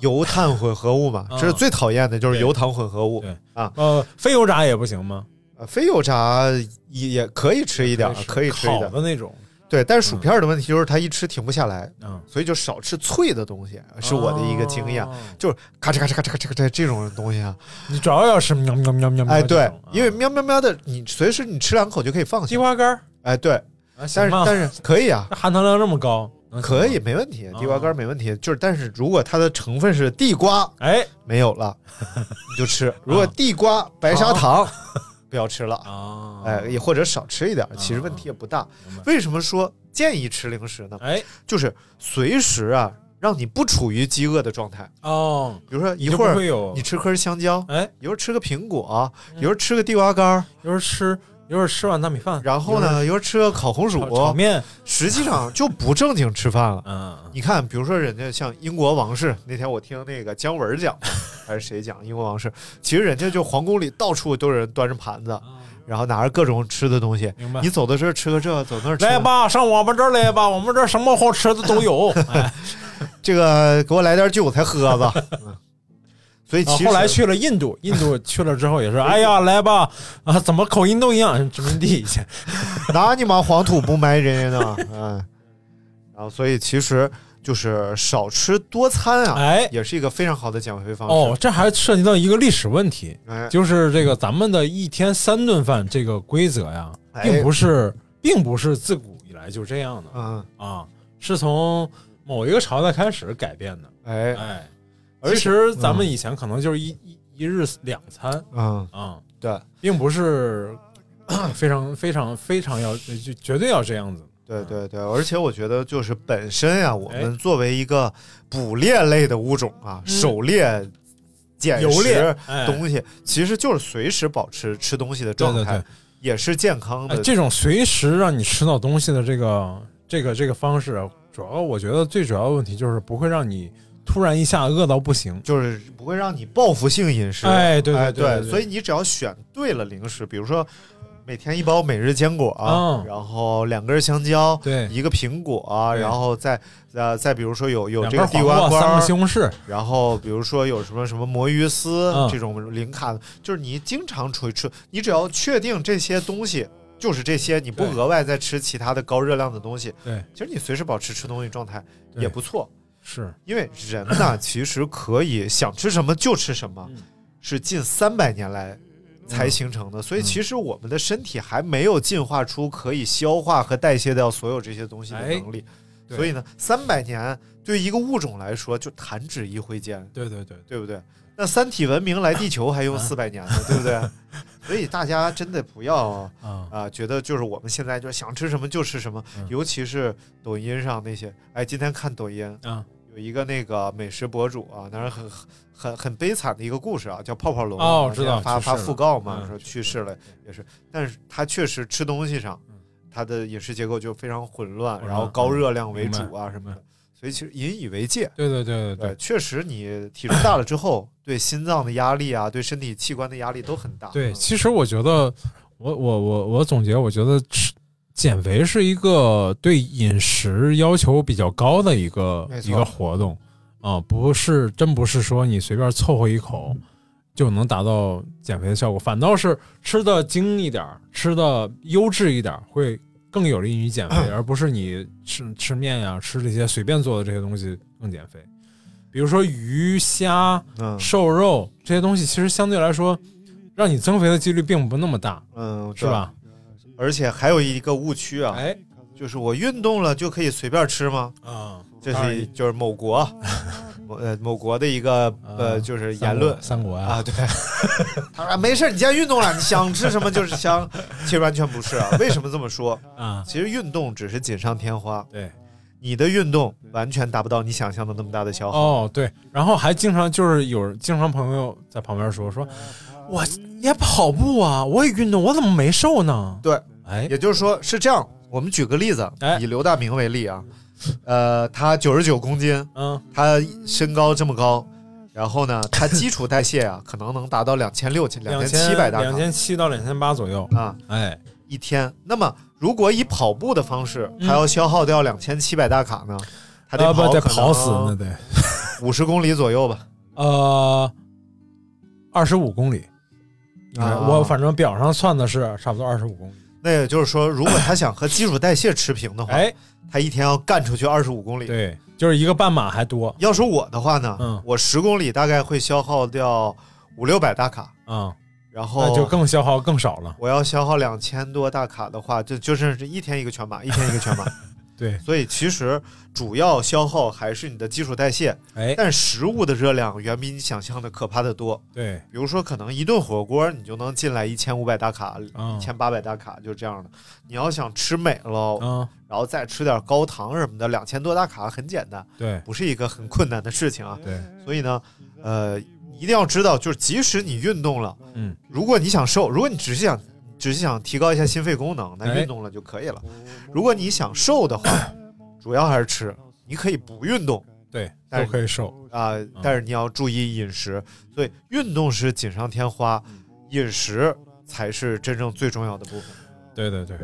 S4: 油碳混合物嘛，
S5: 嗯
S4: 这是最讨厌的，就是油糖混合物
S5: 对。呃，非油炸也不行吗？
S4: 呃，非油炸也也可以吃一点儿，可以吃一
S5: 烤
S4: 点儿。
S5: 的嗯那种，
S4: 对，但是薯片儿的问题就是它一吃停不下来，
S5: 嗯，
S4: 所以就少吃脆的东西，是我的一个经验。
S5: 哦。
S4: 就是咔嚓咔嚓咔嚓咔嚓咔嚓这种东西啊，
S5: 你主要要吃喵喵喵喵喵这种，
S4: 哎，对
S5: 啊，
S4: 因为喵喵喵的，你随时你吃两口就可以放
S5: 地
S4: 下，
S5: 瓜干儿，
S4: 哎，对，
S5: 啊
S4: 但
S5: 行
S4: 是
S5: 吧
S4: 但是可以啊，
S5: 那含糖量这么高，能行吗
S4: 可以，，没问题，
S5: 嗯
S4: 地瓜干没问题。就是，但是如果它的成分是地瓜，
S5: 哎嗯
S4: 没有了，你就吃；如果地瓜、白砂糖，不要吃了。
S5: 啊，
S4: 哎，也或者少吃一点，其实问题也不
S5: 嗯
S4: 大。嗯为什么说建议吃零食呢？
S5: 哎，
S4: 就是随时啊，让你不处于饥饿的状态。
S5: 哦，
S4: 比如说一
S5: 就
S4: 会
S5: 不
S4: 儿
S5: 会嗯有
S4: 你吃颗香蕉，
S5: 哎，
S4: 一会儿吃个苹果、一会儿吃个地瓜干儿，
S5: 一会儿吃，一会儿吃碗大米 饭，
S4: 然后呢，一会儿吃个烤红
S5: 一
S4: 薯
S5: 会儿炒，炒面，
S4: 实际上就不正经吃饭 了。
S5: 嗯，
S4: 你看，比如说人家像英国王室，那天我听那个姜文儿 讲，还是谁讲英国王室，其实人家就皇宫里到处都有人端着盘子，然后拿着各种吃的东西。
S5: 啊明白
S4: 你走到这儿吃个这，走那儿吃
S5: 来
S4: 个
S5: 吧，上我们这儿来吧，我们这儿什么好吃的 都有。哎，
S4: 这个，给我来点酒才喝 吧。嗯所以
S5: 啊
S4: 其实
S5: 后来去了印度，印度去了之后也是，哎呀，来吧，啊，怎么口音都一样，殖民地以前，
S4: 拿你妈黄土不埋人呢，嗯，然后所以其实就是少吃多餐啊，
S5: 哎，
S4: 也是一个非常好的减肥方式。
S5: 哦，这还涉及到一个历史问题，
S4: 哎，
S5: 就是这个咱们的一天三顿饭这个规则呀，
S4: 哎
S5: 并不是，并不是自古以来就这样的
S4: 嗯，
S5: 啊，是从某一个朝代开始改变的。
S4: 哎，
S5: 哎，
S4: 而
S5: 其
S4: 且
S5: 实咱们
S4: 嗯
S5: 以前可能就是一一一日两餐
S4: 嗯，
S5: 啊，
S4: 对
S5: 并不是 非常非常非常要就绝对要这样子。
S4: 对对对，而且我觉得就是本身呀、
S5: 哎
S4: 我们作为一个捕猎类的物种啊，狩猎、捡
S5: 游猎
S4: 食、
S5: 哎
S4: 东西，其实就是随时保持吃东西的
S5: 对
S4: 状
S5: 对
S4: 态，
S5: 对
S4: 也是健康
S5: 哎
S4: 的。，
S5: 这种随时让你吃到东西的这个这个这个方式，主要我觉得最主要的问题就是不会让你突然一下饿到不行。
S4: 就是不会让你报复性饮食。
S5: 哎对对
S4: 哎
S5: 对对对
S4: 所以你只要选对了零食，比如说每天一包每日坚果，啊
S5: 嗯
S4: 然后两根香蕉，
S5: 对
S4: 一个苹果，啊
S5: 对
S4: 然后再呃再比如说有有
S5: 两
S4: 这个
S5: 根
S4: 地
S5: 黄
S4: 瓜
S5: 瓜，三
S4: 干
S5: 个，西红柿，
S4: 然后比如说有什么什么魔芋丝、
S5: 嗯
S4: 这种零卡的，就是你经常出去吃，你只要确定这些东西。就是这些，你不
S5: 对
S4: 额外再吃其他的高热量的东西。
S5: 对，
S4: 其实你随时保持吃东西状态
S5: 对
S4: 也不错。
S5: 是
S4: 因为人呐，其实可以想吃什么就吃什
S5: 嗯
S4: 么，是近三百年来才形成
S5: 嗯
S4: 的。所以其实我们的身体还没有进化出可以消化和代谢掉所有这些东西的
S5: 哎
S4: 能力。
S5: 对
S4: 所以呢，三百年对于一个物种来说就弹指一挥间，
S5: 对对对，
S4: 对不对？那三体文明来地球还
S5: 啊
S4: 用四百年 呢，对不对？所以大家真的不要
S5: 啊，
S4: 啊，觉得就是我们现在就是想吃什么就吃什么，
S5: 嗯
S4: 尤其是抖音上那些，哎，今天看抖音
S5: 啊，
S4: 有一个那个美食博主啊，当然很很很悲惨的一个故事啊，叫泡泡龙啊，
S5: 哦知道
S4: 然后发
S5: 去世
S4: 发
S5: 了
S4: 讣告嘛，
S5: 嗯
S4: 说去世了也是，但是他确实吃东西上，他的饮食结构就非常混乱，
S5: 嗯混乱嗯
S4: 然后高热量为主
S5: 明
S4: 啊什么
S5: 明白
S4: 的，所以其实引以为戒。
S5: 对对对对
S4: 对，
S5: 对
S4: 确实你体重大了之后，对心脏的压力啊，对身体器官的压力都很大。
S5: 对。
S4: 嗯
S5: 其实我觉得，我我我我总结，我觉得吃减肥是一个对饮食要求比较高的一个
S4: 没错
S5: 一个活动啊，不是真不是说你随便凑合一口就能达到减肥的效果，反倒是吃的精一点儿，吃的优质一点儿会。更有利于减 肥，而不是你吃吃面呀、吃这些随便做的这些东西更减肥。比如说鱼虾，
S4: 嗯
S5: 瘦肉这些东西，其实相对来说，让你增肥的几率并不那么大，
S4: 嗯，
S5: 是吧？
S4: 对？而且还有一个误区啊，
S5: 哎，
S4: 就是我运动了就可以随便吃吗？
S5: 啊，
S4: 这
S5: 当
S4: 是
S5: 然
S4: 一就是某国， 某呃某国的一个呃
S5: 啊
S4: 就是
S5: 三
S4: 言
S5: 国
S4: 论
S5: 三国
S4: 啊，
S5: 呀，
S4: 对，他说没事儿，你既然运动了，你想吃什么就是香，其实完全不是啊。为什么这么说？
S5: 啊，
S4: 其实运动只是锦上添花，
S5: 对，
S4: 你的运动完全达不到你想象的那么大的消耗。
S5: 哦对，然后还经常就是有人经常朋友在旁边说说，我也跑步啊，我也运动，我怎么没瘦呢？
S4: 对，
S5: 哎
S4: 也就是说是这样。我们举个例子
S5: 哎，
S4: 以刘大明为例啊，呃，他九十九公斤，
S5: 嗯，
S4: 他身高这么高，然后呢，他基础代谢啊， 可能能达到两千六、两
S5: 两
S4: 千七百大卡
S5: 两千七到两千八左右，
S4: 啊。
S5: 哎，
S4: 一天。那么如果以跑步的方式，
S5: 嗯
S4: 还要消耗掉两千七百大卡呢？他
S5: 啊
S4: 得
S5: 不
S4: 跑
S5: 得跑死那得，
S4: 五十公里左右吧。
S5: 呃，二十五公里，哎
S4: 啊
S5: 我反正表上算的是差不多二十五公里，
S4: 那也就是说，如果他想和基础代谢持平的话，
S5: 哎，
S4: 他一天要干出去二十五公里。
S5: 对，就是一个半马还多
S4: 要说我的话呢，
S5: 嗯
S4: 我十公里大概会消耗掉五六百大卡，
S5: 啊、
S4: 然
S5: 那
S4: 后
S5: 就更消耗更少了。
S4: 我要消耗两千多大卡的话，就就是一天一个全马，一天一个全马。
S5: 对，
S4: 所以其实主要消耗还是你的基础代谢，
S5: 哎，
S4: 但食物的热量远比你想象的可怕的多。
S5: 对，
S4: 比如说，可能一顿火锅你就能进来一千五百大卡、
S5: 嗯
S4: 一千八百大卡，就这样的。你要想吃美喽，
S5: 啊，
S4: 然后再吃点高糖什么的，两千多大卡很简单，
S5: 对
S4: 不是一个很困难的事情啊。
S5: 对，
S4: 所以呢，呃，一定要知道，就是即使你运动了，
S5: 嗯，
S4: 如果你想瘦，如果你只是想只是想提高一下心肺功能，那
S5: 哎
S4: 运动了就可以了。如果你想瘦 的话，主要还是吃，你可以不运动
S5: 对，
S4: 但是
S5: 都可以瘦，
S4: 啊、但是你要注意饮食。所以运动是锦上添花，饮食才是真正最重要的部分。
S5: 对对对，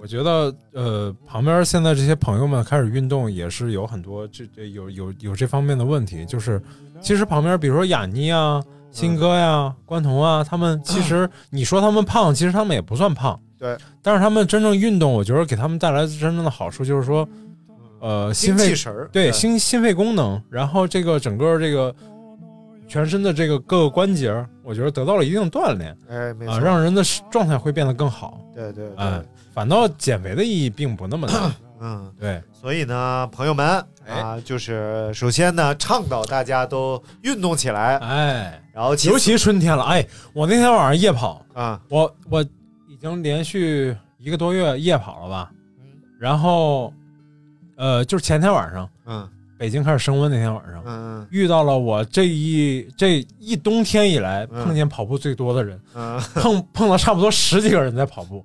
S5: 我觉得呃，旁边现在这些朋友们开始运动，也是有很多这这有有有这方面的问题，就是其实旁边比如说雅妮啊、
S4: 嗯
S5: 新哥呀、关彤啊，他们 其实你说他们胖，其实他们也不算胖，
S4: 对，
S5: 但是他们真正运动，我觉得给他们带来真正的好处就是说，呃，心
S4: 精
S5: 肺
S4: 气神儿，
S5: 对心心肺功能，然后这个整个这个全身的这个各个关节，我觉得得到了一定锻炼
S4: 哎，没错，
S5: 啊，让人的状态会变得更好。
S4: 对对对，
S5: 嗯，反倒减肥的意义并不那么 大。
S4: 嗯。
S5: 对，
S4: 所以呢，朋友们
S5: 哎
S4: 啊，就是首先呢，倡导大家都运动起来，
S5: 哎，
S4: 然后其
S5: 尤
S4: 次
S5: 其春天了，哎，我那天晚上夜跑，
S4: 啊，
S5: 我我已经连续一个多月夜跑了吧，然后，呃，就是前天晚上
S4: 嗯
S5: 北京开始升温那天晚上
S4: 嗯，嗯
S5: 遇到了我这一这一冬天以来
S4: 嗯
S5: 碰见跑步最多的人，
S4: 嗯，
S5: 碰碰了差不多十几个人在跑步，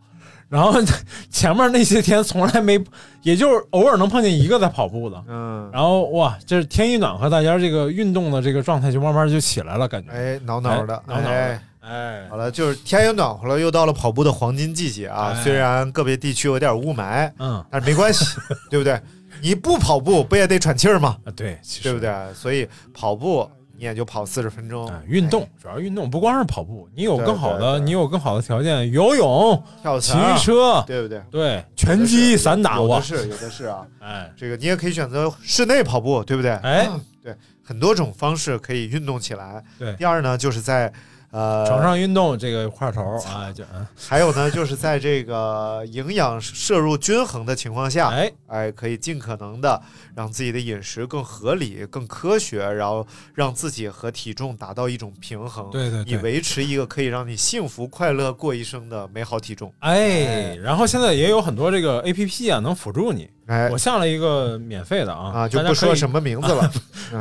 S5: 然后 前面那些天从来没，也就是偶尔能碰见一个在跑步的，
S4: 嗯，
S5: 然后哇，这天一暖和，大家这个运动的这个状态就慢慢就起来了，感觉。
S4: 哎，挠挠的，
S5: 哎挠挠的
S4: 哎
S5: 哎
S4: 好，了，就是天也暖和了，又到了跑步的黄金季节啊。
S5: 哎
S4: 虽然个别地区有点雾霾，
S5: 嗯，啊
S4: 但是没 关系，对不对？你不跑步不也得喘气儿吗？
S5: 啊对，其实
S4: 对不？对？所以跑步你也就跑四十分钟
S5: 啊，，运动主要运动，不光是跑步，你有
S4: 哎对
S5: 更好
S4: 对
S5: 的，
S4: 对
S5: 你有更好的条件，游泳、
S4: 哎跳
S5: 骑
S4: 绳儿，
S5: 车，
S4: 哎对不对？
S5: 对，拳击、散打，
S4: 有
S5: 我
S4: 的是有的是啊。
S5: 哎
S4: 这个你也可以选择室内跑步，对不对？
S5: 哎，
S4: 对，很多种方式可以运动起来。
S5: 对
S4: 第二呢，就是在呃
S5: 床上运动这个块头啊，就嗯
S4: 还有呢，就是在这个营养摄入均衡的情况下，
S5: 哎
S4: 哎，可以尽可能的让自己的饮食更合理、更科学，然后让自己和体重达到一种平衡，
S5: 对对
S4: 以
S5: 对，
S4: 维持一个可以让你幸福快乐过一生的美好体重。
S5: 哎，然后现在也有很多这个 A P P 啊，能辅助你。
S4: 哎
S5: 我下了一个免费的啊，
S4: 啊，就
S5: 大家
S4: 不
S5: 可
S4: 说
S5: 以
S4: 什么嗯名字 了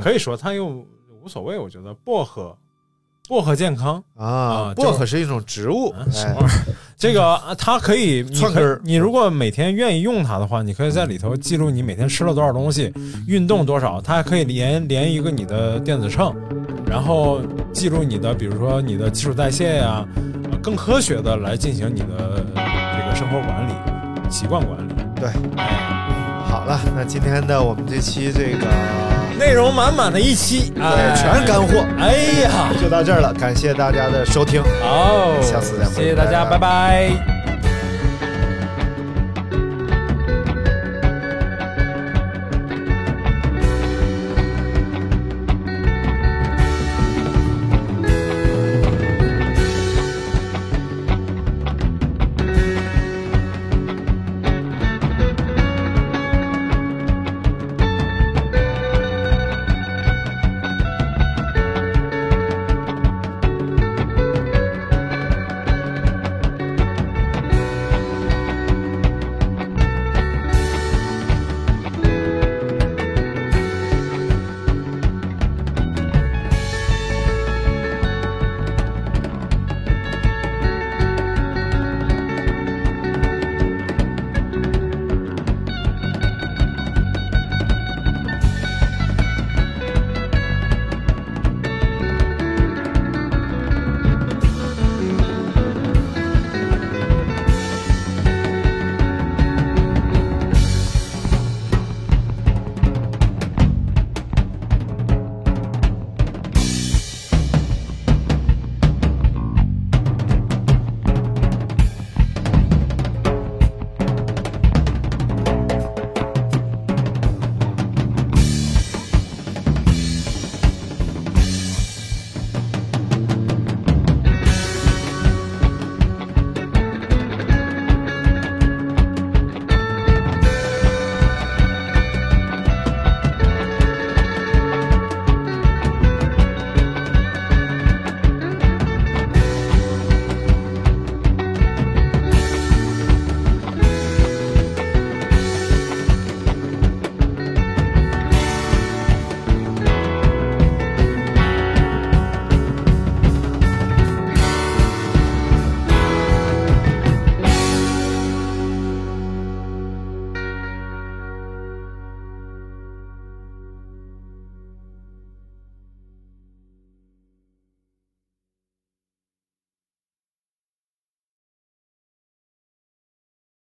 S5: 可以说它又无所谓，我觉得薄荷，薄荷健康。
S4: 啊。
S5: 啊
S4: 薄
S5: 就
S4: 荷是一种植物，
S5: 啊什么
S4: 哎
S5: 玩意儿？这个啊它可以，你
S4: 窜
S5: 可
S4: 根
S5: 以
S4: 儿
S5: 你如果每天愿意用它的话，你可以在里头记录你每天吃了多少东西，运动多少，它还可以连连一个你的电子秤，然后记录你的，比如说你的基础代谢呀、呃更科学的来进行你的这个生活管理、习惯管理。
S4: 对，好了，那今天的我们这期这个
S5: 内容满满的一期，哎，
S4: 对全是干货
S5: 哎呀，
S4: 就到这儿了，感谢大家的收听。
S5: 好，
S4: 下次再会
S5: 谢谢大家，
S4: 拜拜
S5: 拜拜